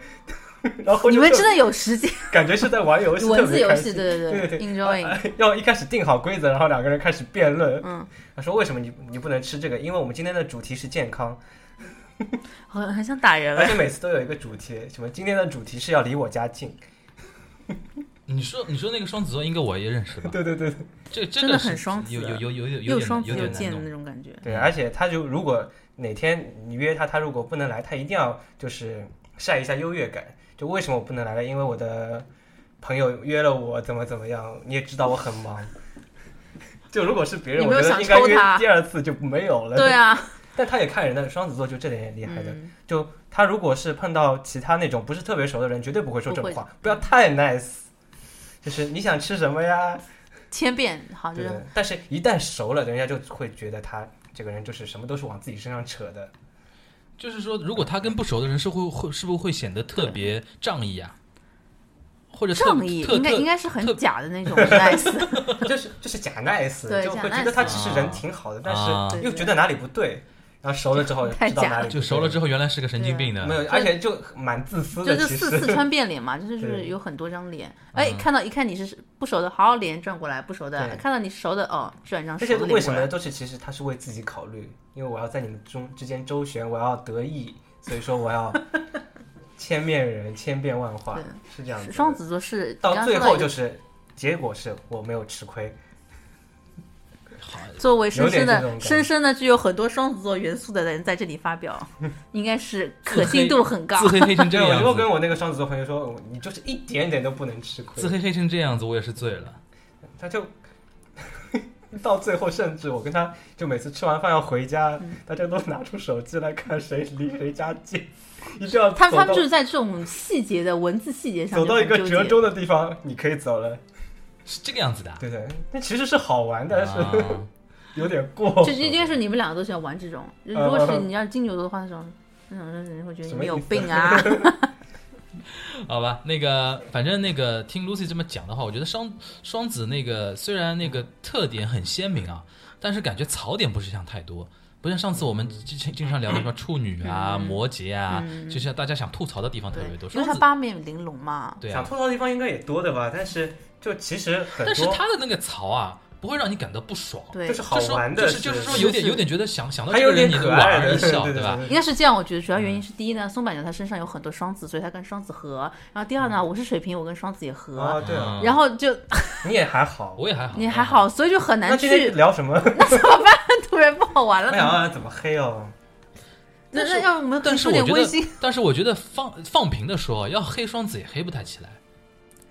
Speaker 3: 然后
Speaker 4: 你
Speaker 3: 就
Speaker 4: 们
Speaker 3: 特
Speaker 4: 真的有时间
Speaker 3: 感觉是在玩游戏，
Speaker 4: 文
Speaker 3: 特
Speaker 4: 字
Speaker 3: 别
Speaker 4: 游
Speaker 3: 开
Speaker 4: 戏，
Speaker 3: 心
Speaker 4: 对
Speaker 3: 对
Speaker 4: 对
Speaker 3: 对
Speaker 4: ，enjoy，
Speaker 3: 要一开始定好规则，然后两个人开始辩论。
Speaker 4: 嗯，
Speaker 3: 他说：“为什么你你不能吃这个？因为我们今天的主题是健康。”
Speaker 4: 很很想打人
Speaker 3: 而
Speaker 4: 哎。
Speaker 3: 且每次都有一个主题，什么今天的主题是要离我家 近。
Speaker 2: 你说你说那个双子座应该我也认识吧？
Speaker 3: 对对对对
Speaker 2: 这真
Speaker 4: 真的
Speaker 2: 是
Speaker 4: 很双子
Speaker 2: 有有有有有有
Speaker 4: 又
Speaker 2: 点
Speaker 4: 双子
Speaker 2: 有
Speaker 4: 又
Speaker 2: 点
Speaker 4: 贱
Speaker 2: 难
Speaker 4: 的
Speaker 2: 弄
Speaker 4: 那。种感觉，
Speaker 3: 对，而且他就如果哪天你约他，他如果不能来，他一定要就是晒一下优越感。就为什么我不能来了？因为我的朋友约了我，怎么怎么样？你也知道我很忙。就如果是别人，
Speaker 4: 有
Speaker 3: 我
Speaker 4: 没有
Speaker 3: 觉得
Speaker 4: 想
Speaker 3: 应该
Speaker 4: 抽
Speaker 3: 约
Speaker 4: 他
Speaker 3: 第二次就没有了。
Speaker 4: 对啊，
Speaker 3: 但他也看人的，双子座就这点也厉害的。
Speaker 4: 嗯
Speaker 3: 就他如果是碰到其他那种不是特别熟的人，绝对不会说这种
Speaker 4: 不会
Speaker 3: 话，不要太 nice。就是你想吃什么呀？
Speaker 4: 千变好就
Speaker 3: 对
Speaker 4: 是
Speaker 3: 对。但是，一旦熟了，人家就会觉得他这个人就是什么都是往自己身上扯的。
Speaker 2: 就是说，如果他跟不熟的人是会会是不是会显得特别仗义啊？或者特
Speaker 4: 仗义，
Speaker 2: 特
Speaker 4: 应该
Speaker 2: 特
Speaker 4: 应该是很
Speaker 2: 特
Speaker 4: 假的那种 nice。
Speaker 3: 就是就是假 nice，
Speaker 4: 对
Speaker 3: 就会
Speaker 4: 假
Speaker 3: 觉得他
Speaker 4: nice
Speaker 3: 其实人挺好的，
Speaker 2: 啊
Speaker 3: 但是
Speaker 4: 对
Speaker 3: 又
Speaker 4: 对
Speaker 3: 觉得哪里不对，然后熟了之后
Speaker 4: 太
Speaker 3: 知道
Speaker 4: 假
Speaker 3: 哪里
Speaker 4: 了
Speaker 3: 不
Speaker 2: 就熟了
Speaker 3: 对
Speaker 2: 之后，原来是个神经病
Speaker 3: 没
Speaker 2: 的。
Speaker 3: 有，而且就蛮自私
Speaker 4: 就
Speaker 3: 的，
Speaker 4: 是
Speaker 3: 其
Speaker 4: 四四
Speaker 3: 实
Speaker 4: 川变脸嘛，就是就是
Speaker 3: 对
Speaker 4: 有很多张脸，哎，
Speaker 2: 嗯
Speaker 4: 看到一看你是不熟的，好脸转过来不熟的，
Speaker 3: 对
Speaker 4: 看到你熟的哦，转一张
Speaker 3: 这
Speaker 4: 熟
Speaker 3: 些
Speaker 4: 的
Speaker 3: 为
Speaker 4: 脸
Speaker 3: 什
Speaker 4: 过
Speaker 3: 么呢？
Speaker 4: 来。
Speaker 3: 都是其实他是为自己考虑，因为我要在你们中之间周旋，我要得意，所以说我 要千面人千变万化
Speaker 4: 对，
Speaker 3: 是这样子的。
Speaker 4: 双子座是你
Speaker 3: 到
Speaker 4: 刚
Speaker 3: 最
Speaker 4: 说
Speaker 3: 后
Speaker 4: 一
Speaker 3: 就
Speaker 4: 个
Speaker 3: 是结果是我没有吃亏，
Speaker 2: 好，
Speaker 4: 作为深
Speaker 3: 有点
Speaker 4: 深
Speaker 3: 这种
Speaker 4: 的、
Speaker 3: 感觉
Speaker 4: 深深的具有很多双子座元素的人在这里 发表，应该是可
Speaker 2: 自黑
Speaker 4: 信度很高
Speaker 2: 自。黑黑成这个
Speaker 3: 对，我
Speaker 2: 样
Speaker 3: 就
Speaker 2: 子
Speaker 3: 跟，我那个双子座朋友说，哦你就是一点点都不能吃亏
Speaker 2: 自。黑黑成这样子，我也是醉了。
Speaker 3: 他就 到最后，甚至我跟他就每次吃完饭要回家，
Speaker 4: 嗯
Speaker 3: 大家都拿出手机来看谁离谁家近，一定要
Speaker 4: 他们
Speaker 3: 走
Speaker 4: 他
Speaker 3: 到
Speaker 4: 们就是在这种细节的文字细节上
Speaker 3: 走
Speaker 4: 就
Speaker 3: 到一
Speaker 4: 很
Speaker 3: 个
Speaker 4: 纠
Speaker 3: 折
Speaker 4: 结
Speaker 3: 中的地方，你可以走了。
Speaker 2: 是这个样子的啊。
Speaker 3: 对对，那其实是好玩，但是、
Speaker 2: 啊
Speaker 3: 有点过
Speaker 4: 就。就应该是你们两个都喜欢玩这种。就如果是你要是金牛座的话，那种那种人会觉得
Speaker 3: 嗯什
Speaker 4: 你
Speaker 3: 么
Speaker 4: 们有
Speaker 3: 意思
Speaker 4: 病啊。
Speaker 2: 好吧，那个反正那个听 Lucy 这么讲的话，我觉得双双子那个虽然那个特点很鲜明啊，但是感觉槽点不是像太多，不像上次我们
Speaker 4: 嗯
Speaker 2: 之前经常聊的什么处女啊、摩羯啊，就像大家想吐槽的地方特别多。
Speaker 4: 因为
Speaker 2: 双
Speaker 4: 嗯他
Speaker 2: 子
Speaker 4: 八面玲珑嘛，
Speaker 2: 对
Speaker 3: 想
Speaker 2: 啊，
Speaker 3: 吐槽的地方应该也多的吧，但是就其实很
Speaker 2: 但是
Speaker 3: 多，
Speaker 2: 他的那个槽啊，不会让你感到不爽，
Speaker 4: 对
Speaker 3: 就，是好玩的，
Speaker 2: 就是是就是说有点
Speaker 4: 是
Speaker 2: 有点觉得想想到
Speaker 3: 还
Speaker 2: 这个
Speaker 3: 有点
Speaker 2: 人你
Speaker 3: 可
Speaker 2: 莞
Speaker 3: 爱
Speaker 2: 尔
Speaker 3: 的，
Speaker 2: 一笑，
Speaker 3: 对
Speaker 2: 吧？？
Speaker 4: 应该是这样。我觉得主要原因是第一呢，松柏牛他身上有很多双子，所以他跟双子合。然后第二呢，我是水瓶，我跟双子也合。
Speaker 3: 嗯啊，对啊，
Speaker 2: 嗯
Speaker 4: 然后就
Speaker 3: 你也还好。
Speaker 2: 我也还好，
Speaker 4: 你还。好，所以就很
Speaker 3: 那
Speaker 4: 难
Speaker 3: 今天
Speaker 4: 去，
Speaker 3: 聊什么？
Speaker 4: 突然不好玩
Speaker 3: 我
Speaker 4: 了。
Speaker 3: 想啊，怎么黑哦？
Speaker 4: 那那要不我们
Speaker 2: 但是
Speaker 4: 有
Speaker 2: 我
Speaker 4: 点
Speaker 2: 觉
Speaker 4: 温
Speaker 2: 得
Speaker 4: 馨，，
Speaker 2: 但是我觉得放放平的说，要黑双子也黑不太起来。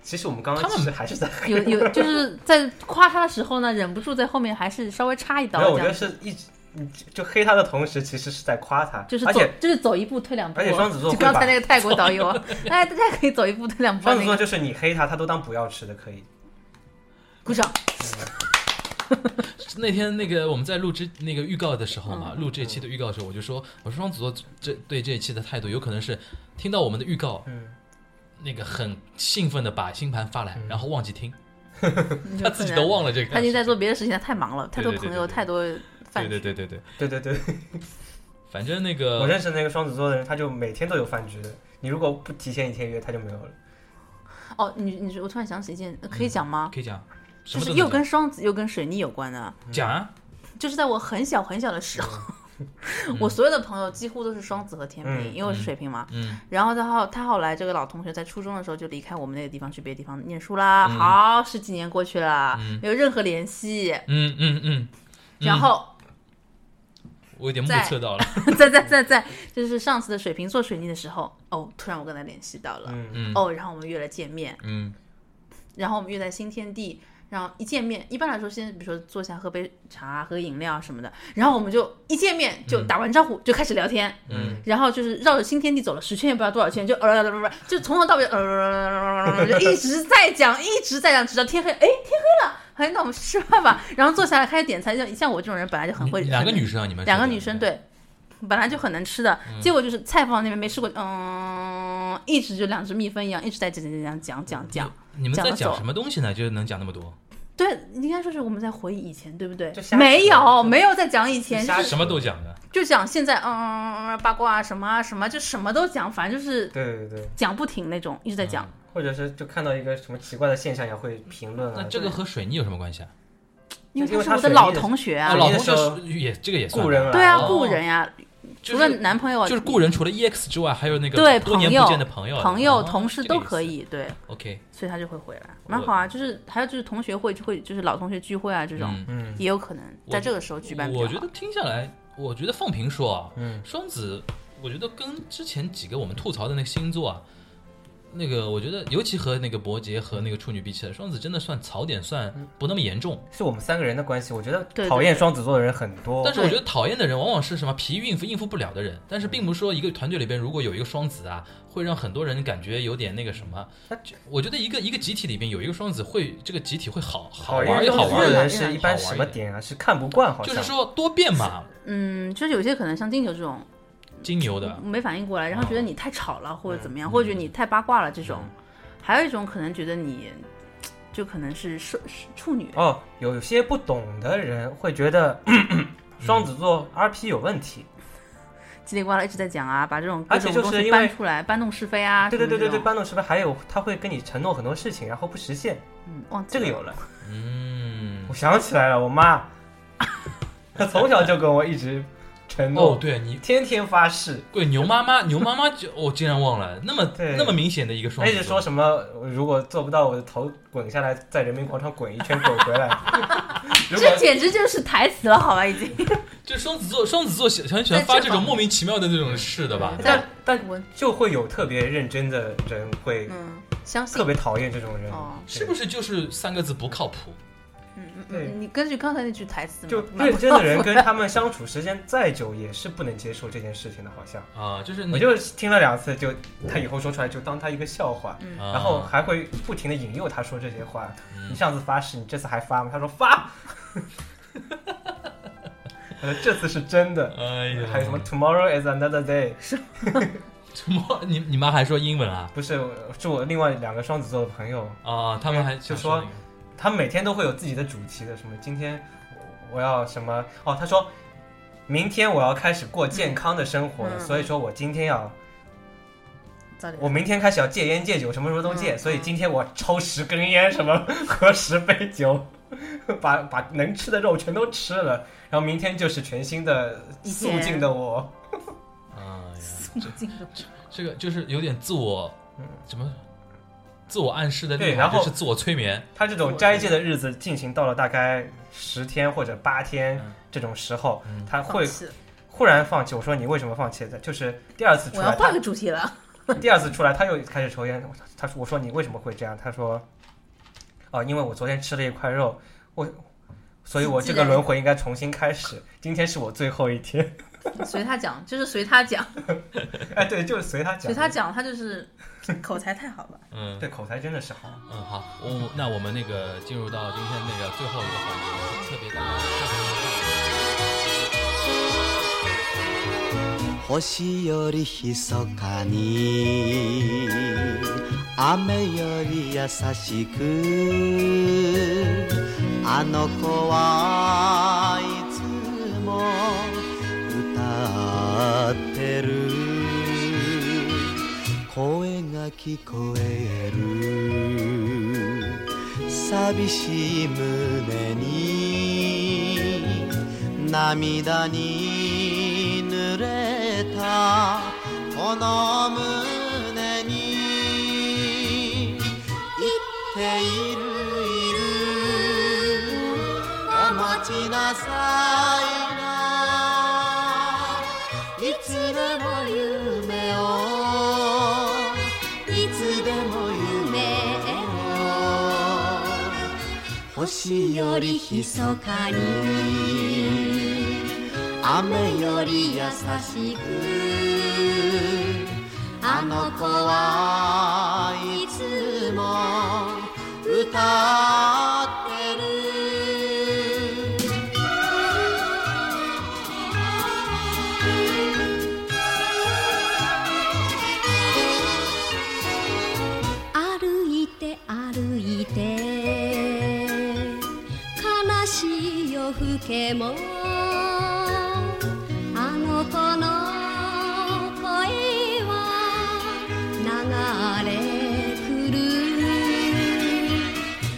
Speaker 3: 其实我们刚刚
Speaker 2: 他们
Speaker 3: 其实还是在黑
Speaker 4: 有有就是在夸他的时候呢，忍不住在后面还是稍微插一刀
Speaker 3: 没有，我觉
Speaker 4: 这
Speaker 3: 得
Speaker 4: 样，
Speaker 3: 是一直你就黑他的同时，其实是在夸他，
Speaker 4: 就是
Speaker 3: 而
Speaker 4: 走
Speaker 3: 且
Speaker 4: 就是走一步退两步。啊
Speaker 3: 而且双子座
Speaker 4: 就
Speaker 3: 会把
Speaker 4: 刚才那个泰国导游， 哎，大家可以走一步退两步。啊
Speaker 3: 双子座
Speaker 2: 啊
Speaker 4: 那个
Speaker 3: 就是你黑他，他都当不要吃的，可以。
Speaker 4: 鼓掌，
Speaker 2: 那天那个我们在录制那个预告的时候嘛，
Speaker 4: 嗯
Speaker 2: 录这一期的预告的时候，我就说，我说双子座这对这一期的态度，有可能是听到我们的预告，
Speaker 3: 嗯，
Speaker 2: 那个很兴奋的把星盘发来，然后忘记听，
Speaker 4: 有
Speaker 2: 他自己
Speaker 4: 可
Speaker 2: 都
Speaker 4: 能
Speaker 2: 忘了这个。
Speaker 4: 他已经在做别的事情了，太忙了，太多
Speaker 2: 对对对
Speaker 4: 朋友，
Speaker 2: 对对
Speaker 4: 太多饭
Speaker 2: 对对对对对，
Speaker 3: 对对对，
Speaker 2: 反正那
Speaker 3: 我
Speaker 2: 个
Speaker 3: 认识那个双子座的人，他就每天都有饭局的。你如果不提前一天约，他就没有了。
Speaker 4: 哦，你你说我突然想起一件，呃可以讲吗？
Speaker 2: 可以讲，嗯什
Speaker 4: 就
Speaker 2: 么
Speaker 4: 是
Speaker 2: 都
Speaker 4: 又
Speaker 2: 能
Speaker 4: 跟双子又跟水逆有关的，
Speaker 2: 讲讲啊，
Speaker 4: 就是在我很小很小的时候， 我所有的朋友几乎都是双子和天平，
Speaker 3: 嗯
Speaker 4: 因为我是水瓶嘛。
Speaker 2: 嗯嗯，
Speaker 4: 然后他后他后来这个老同学在初中的时候就离开我们那个地方去别的地方念书啦，好十几年过去了，没有任何联系。
Speaker 2: 嗯嗯嗯，
Speaker 4: 然后
Speaker 2: 我有点目
Speaker 4: 在
Speaker 2: 测 到了，
Speaker 4: 在在在在，就是上次的水瓶座水逆的时候，哦，突然我跟他联系到了，
Speaker 3: 嗯，
Speaker 2: 嗯
Speaker 4: 哦，然后我们约了见面，
Speaker 2: 嗯
Speaker 4: 然后我们约在新天地，然后一见面，一般来说先比如说坐下喝杯茶、喝饮料什么的，然后我们就一见面就打完招呼、就开始聊天，
Speaker 2: 嗯，
Speaker 4: 然后就是绕着新天地走了十圈也不知道多少圈，就呃不不不，就从头到尾呃就一直在讲，一直在讲，直到天黑，哎，天黑了，哎，那我们吃饭吧，然后坐下来开始点菜，像像我这种人本来就很
Speaker 2: 你
Speaker 4: 会
Speaker 2: 两个女生啊，你们
Speaker 4: 两个
Speaker 2: 说的
Speaker 4: 女生，对，本来就很能吃的，结果就是菜放那边没吃过，嗯，一直就两只蜜蜂一样一直在讲讲讲讲讲。
Speaker 2: 你们在
Speaker 4: 讲得
Speaker 2: 讲
Speaker 4: 走
Speaker 2: 什么东西呢？就是能讲那么多，
Speaker 4: 对，你应该说是我们在回忆以前，对不对
Speaker 3: 就？瞎
Speaker 4: 没
Speaker 3: 扯
Speaker 4: 有，没有在讲以前，就
Speaker 3: 瞎
Speaker 4: 是
Speaker 3: 扯
Speaker 2: 什么都讲的，
Speaker 4: 就讲现在，嗯嗯嗯嗯，八卦啊，什么啊，什么，就什么都讲，反正就是
Speaker 3: 对对对，
Speaker 4: 讲不停那种，一直在
Speaker 2: 嗯
Speaker 4: 讲。
Speaker 3: 或者是就看到一个什么奇怪的现象也会评论
Speaker 2: 那
Speaker 3: 啊。
Speaker 2: 这个和水泥有什么关系啊？
Speaker 4: 因为
Speaker 3: 因为
Speaker 4: 他
Speaker 3: 他
Speaker 4: 是我的
Speaker 3: 水
Speaker 4: 老
Speaker 3: 逆的
Speaker 4: 同学
Speaker 2: 啊，
Speaker 4: 啊，
Speaker 2: 老
Speaker 3: 你的
Speaker 2: 同
Speaker 3: 时候
Speaker 2: 学是也这个也算
Speaker 3: 故人
Speaker 2: 吧
Speaker 3: 来
Speaker 4: 对啊，
Speaker 2: 哦
Speaker 4: 故人呀、
Speaker 2: 就
Speaker 4: 除了
Speaker 2: 是
Speaker 4: 男朋友，
Speaker 2: 就是故人，除了 EX 之外，还有那个
Speaker 4: 对
Speaker 2: 多年
Speaker 4: 朋友
Speaker 2: 不见的朋友、
Speaker 4: 朋友、
Speaker 2: 哦
Speaker 4: 同事
Speaker 2: 这个
Speaker 4: 都
Speaker 2: 意思
Speaker 4: 可以，对，
Speaker 2: OK，
Speaker 4: 所以他就会回来，蛮好啊。就是还有就是同学会，就会就是老同学聚会啊这种，
Speaker 2: 嗯
Speaker 3: 嗯
Speaker 4: 也有可能
Speaker 2: 我
Speaker 4: 在这个时候举办比较
Speaker 2: 我
Speaker 4: 好。
Speaker 2: 觉得听下来，我觉得放平说啊，
Speaker 3: 嗯，
Speaker 2: 双子，我觉得跟之前几个我们吐槽的那个星座啊，那个我觉得尤其和那个伯爵和那个处女比起来，双子真的算槽点算
Speaker 4: 嗯
Speaker 2: 不那么严重。
Speaker 3: 是我们三个人的关系，我觉得
Speaker 4: 对对
Speaker 3: 讨厌双子座的人很多。
Speaker 2: 但是我觉得讨厌的人往往是什么疲于应付应付不了的人，但是并不是说一个团队里边如果有一个双子啊，会让很多人感觉有点那个什么
Speaker 3: 那。
Speaker 2: 就我觉得一个一个集体里边有一个双子会，这个集体会好好
Speaker 3: 讨
Speaker 2: 玩
Speaker 3: 厌
Speaker 2: 也好
Speaker 3: 双子座
Speaker 2: 玩
Speaker 3: 的
Speaker 2: 的，
Speaker 3: 人是一般什么点啊？是看不惯，好像
Speaker 2: 就是说多变嘛，
Speaker 4: 嗯，就是有些可能像金牛这种
Speaker 2: 金牛的。
Speaker 4: 没反应过来，然后
Speaker 3: 哦
Speaker 4: 觉得你太吵了
Speaker 3: 嗯
Speaker 4: 或者怎么样，或者觉得你太八卦了这种，还有一种可能觉得你就可能是是是处女，
Speaker 3: 哦，有有些不懂的人会觉 得双子座 RP 有问题。
Speaker 4: 叽里呱啦一直在讲啊，把这种各
Speaker 3: 而且
Speaker 4: 种
Speaker 3: 就
Speaker 4: 东
Speaker 3: 是
Speaker 4: 西
Speaker 3: 因
Speaker 4: 搬
Speaker 3: 为
Speaker 4: 出来，搬弄是非啊，
Speaker 3: 对对
Speaker 4: 什
Speaker 3: 对
Speaker 4: 么
Speaker 3: 对
Speaker 4: 这
Speaker 3: 对，
Speaker 4: 种
Speaker 3: 班董是不是还有他会跟你承诺很多事情，然后不实现？
Speaker 4: 嗯，忘记
Speaker 3: 这个
Speaker 4: 了
Speaker 3: 有了，
Speaker 2: 嗯
Speaker 3: 我，想起来了，我妈，她从小就跟我一直承诺，
Speaker 2: 哦，对你
Speaker 3: 天天发誓，
Speaker 2: 对，牛妈妈，牛妈妈就哦我竟然忘了，那么
Speaker 3: 对
Speaker 2: 那么明显的一个双
Speaker 3: 她
Speaker 2: 子
Speaker 3: 一
Speaker 2: 座，
Speaker 3: 直说什么如果做不到，我的头滚下来，在人民广场滚一圈滚 回来。如果
Speaker 4: 这简直就是台词了，好吧，已 经。
Speaker 2: 就双子座，双子座喜很喜欢
Speaker 4: 在这
Speaker 2: 发这种
Speaker 4: 方面
Speaker 2: 莫名其妙的这种事的吧？
Speaker 3: 但但
Speaker 4: 我
Speaker 3: 就会有特别认真的人会
Speaker 4: 嗯，相信
Speaker 3: 特别讨厌这种人
Speaker 4: 哦，
Speaker 2: 是不是就是三个字不靠谱？
Speaker 4: 嗯
Speaker 3: 对
Speaker 4: 嗯，你根据刚才那句台词嘛，
Speaker 3: 就
Speaker 4: 蛮
Speaker 3: 认真的人跟他们相处时间再久，也是不能接受这件事情的。好像
Speaker 2: 啊，就是
Speaker 3: 我
Speaker 2: 你，
Speaker 3: 就是听了两次，就他以后说出来就当他一个笑话，
Speaker 2: 啊
Speaker 3: 然后还会不停的引诱他说这些话。
Speaker 2: 嗯
Speaker 3: 你上次发誓，你这次还发吗？他说发。 呃，这次是真的。
Speaker 2: 哎呀，
Speaker 3: 还有什么 tomorrow is another day？
Speaker 2: 什么？ 你你妈还说英文啊？
Speaker 3: 不是，是我另外两个双子座的朋友，
Speaker 2: 啊，他们还
Speaker 3: 哎就
Speaker 2: 想
Speaker 3: 说
Speaker 2: 那个
Speaker 3: 他们每天都会有自己的主题的，什么今天我我要什么哦，他说明天我要开始过健康的生活了，
Speaker 4: 嗯
Speaker 3: 所以说我今天要
Speaker 4: 早点
Speaker 3: 我明天开始要戒烟戒酒，什么时候都戒，
Speaker 4: 嗯
Speaker 3: 所以今天我抽十根烟，什么 喝十杯酒，把把能吃的肉全都吃了，然后明天就是全新的
Speaker 4: 以
Speaker 3: 肃
Speaker 4: 前
Speaker 3: 静的我，
Speaker 2: 哎呀，
Speaker 4: 肃 静的
Speaker 2: 这个就是有点自我
Speaker 3: 嗯，
Speaker 2: 什么自我暗示的
Speaker 3: 对
Speaker 2: 厉害，
Speaker 3: 然后
Speaker 2: 就是自我催眠。
Speaker 3: 他这种斋戒的日子进行到了大概十天或者八天
Speaker 2: 嗯
Speaker 3: 这种时候，
Speaker 2: 嗯
Speaker 3: 他
Speaker 4: 放
Speaker 3: 会
Speaker 4: 弃。
Speaker 3: 忽然放弃。我说你为什么放弃的？就是第二次出
Speaker 4: 我要
Speaker 3: 来，
Speaker 4: 换个主题了，
Speaker 3: 他第二次出来他又开始抽烟。我他说我说你为什么会这样？他说，哦、因为我昨天吃了一块肉，我，所以我这个轮回应该重新开始。今天是我最后一天。
Speaker 4: 随他讲，就是随他讲，
Speaker 3: 哎，对，就是随他讲，
Speaker 4: 随他讲，他就是口才太好了。
Speaker 2: 嗯
Speaker 3: 对口才真的是好。
Speaker 2: 嗯，好，我那我们那个进入到今天那个最后一个环节，特别大的
Speaker 5: 星よりひそかに雨より優しくあの子はいつも歌ってる声が聞こえる寂しい胸に涙に濡れたこの胸に言っているいるお待ちなさいないつでも夢をいつでも夢を星よりひそかに雨より優しくあの子はいつも歌ってる
Speaker 6: 歩いて歩いて悲しい夜更けもあの子の声は流れ来る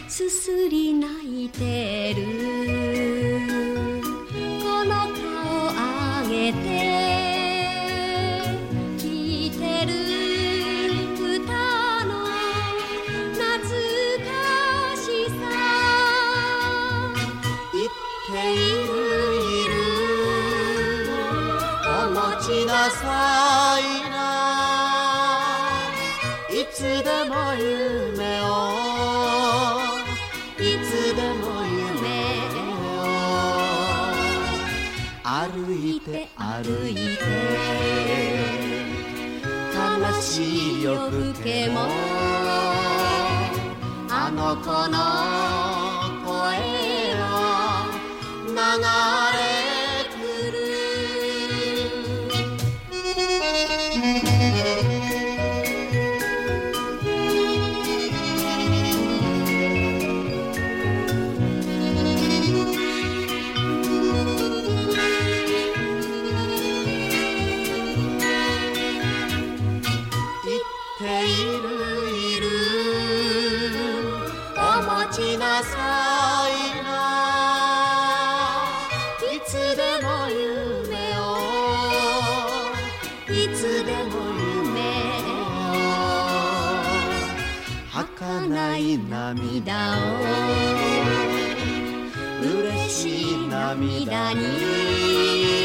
Speaker 6: すすり泣いてるこの顔上げて
Speaker 5: いないつでも夢をいつでも夢を歩いて歩いて悲しい夜更けもあの子の声を流れ来る言っているいるお持ちなさいないつでも夢をいつでも夢を儚い涙を嬉しい涙に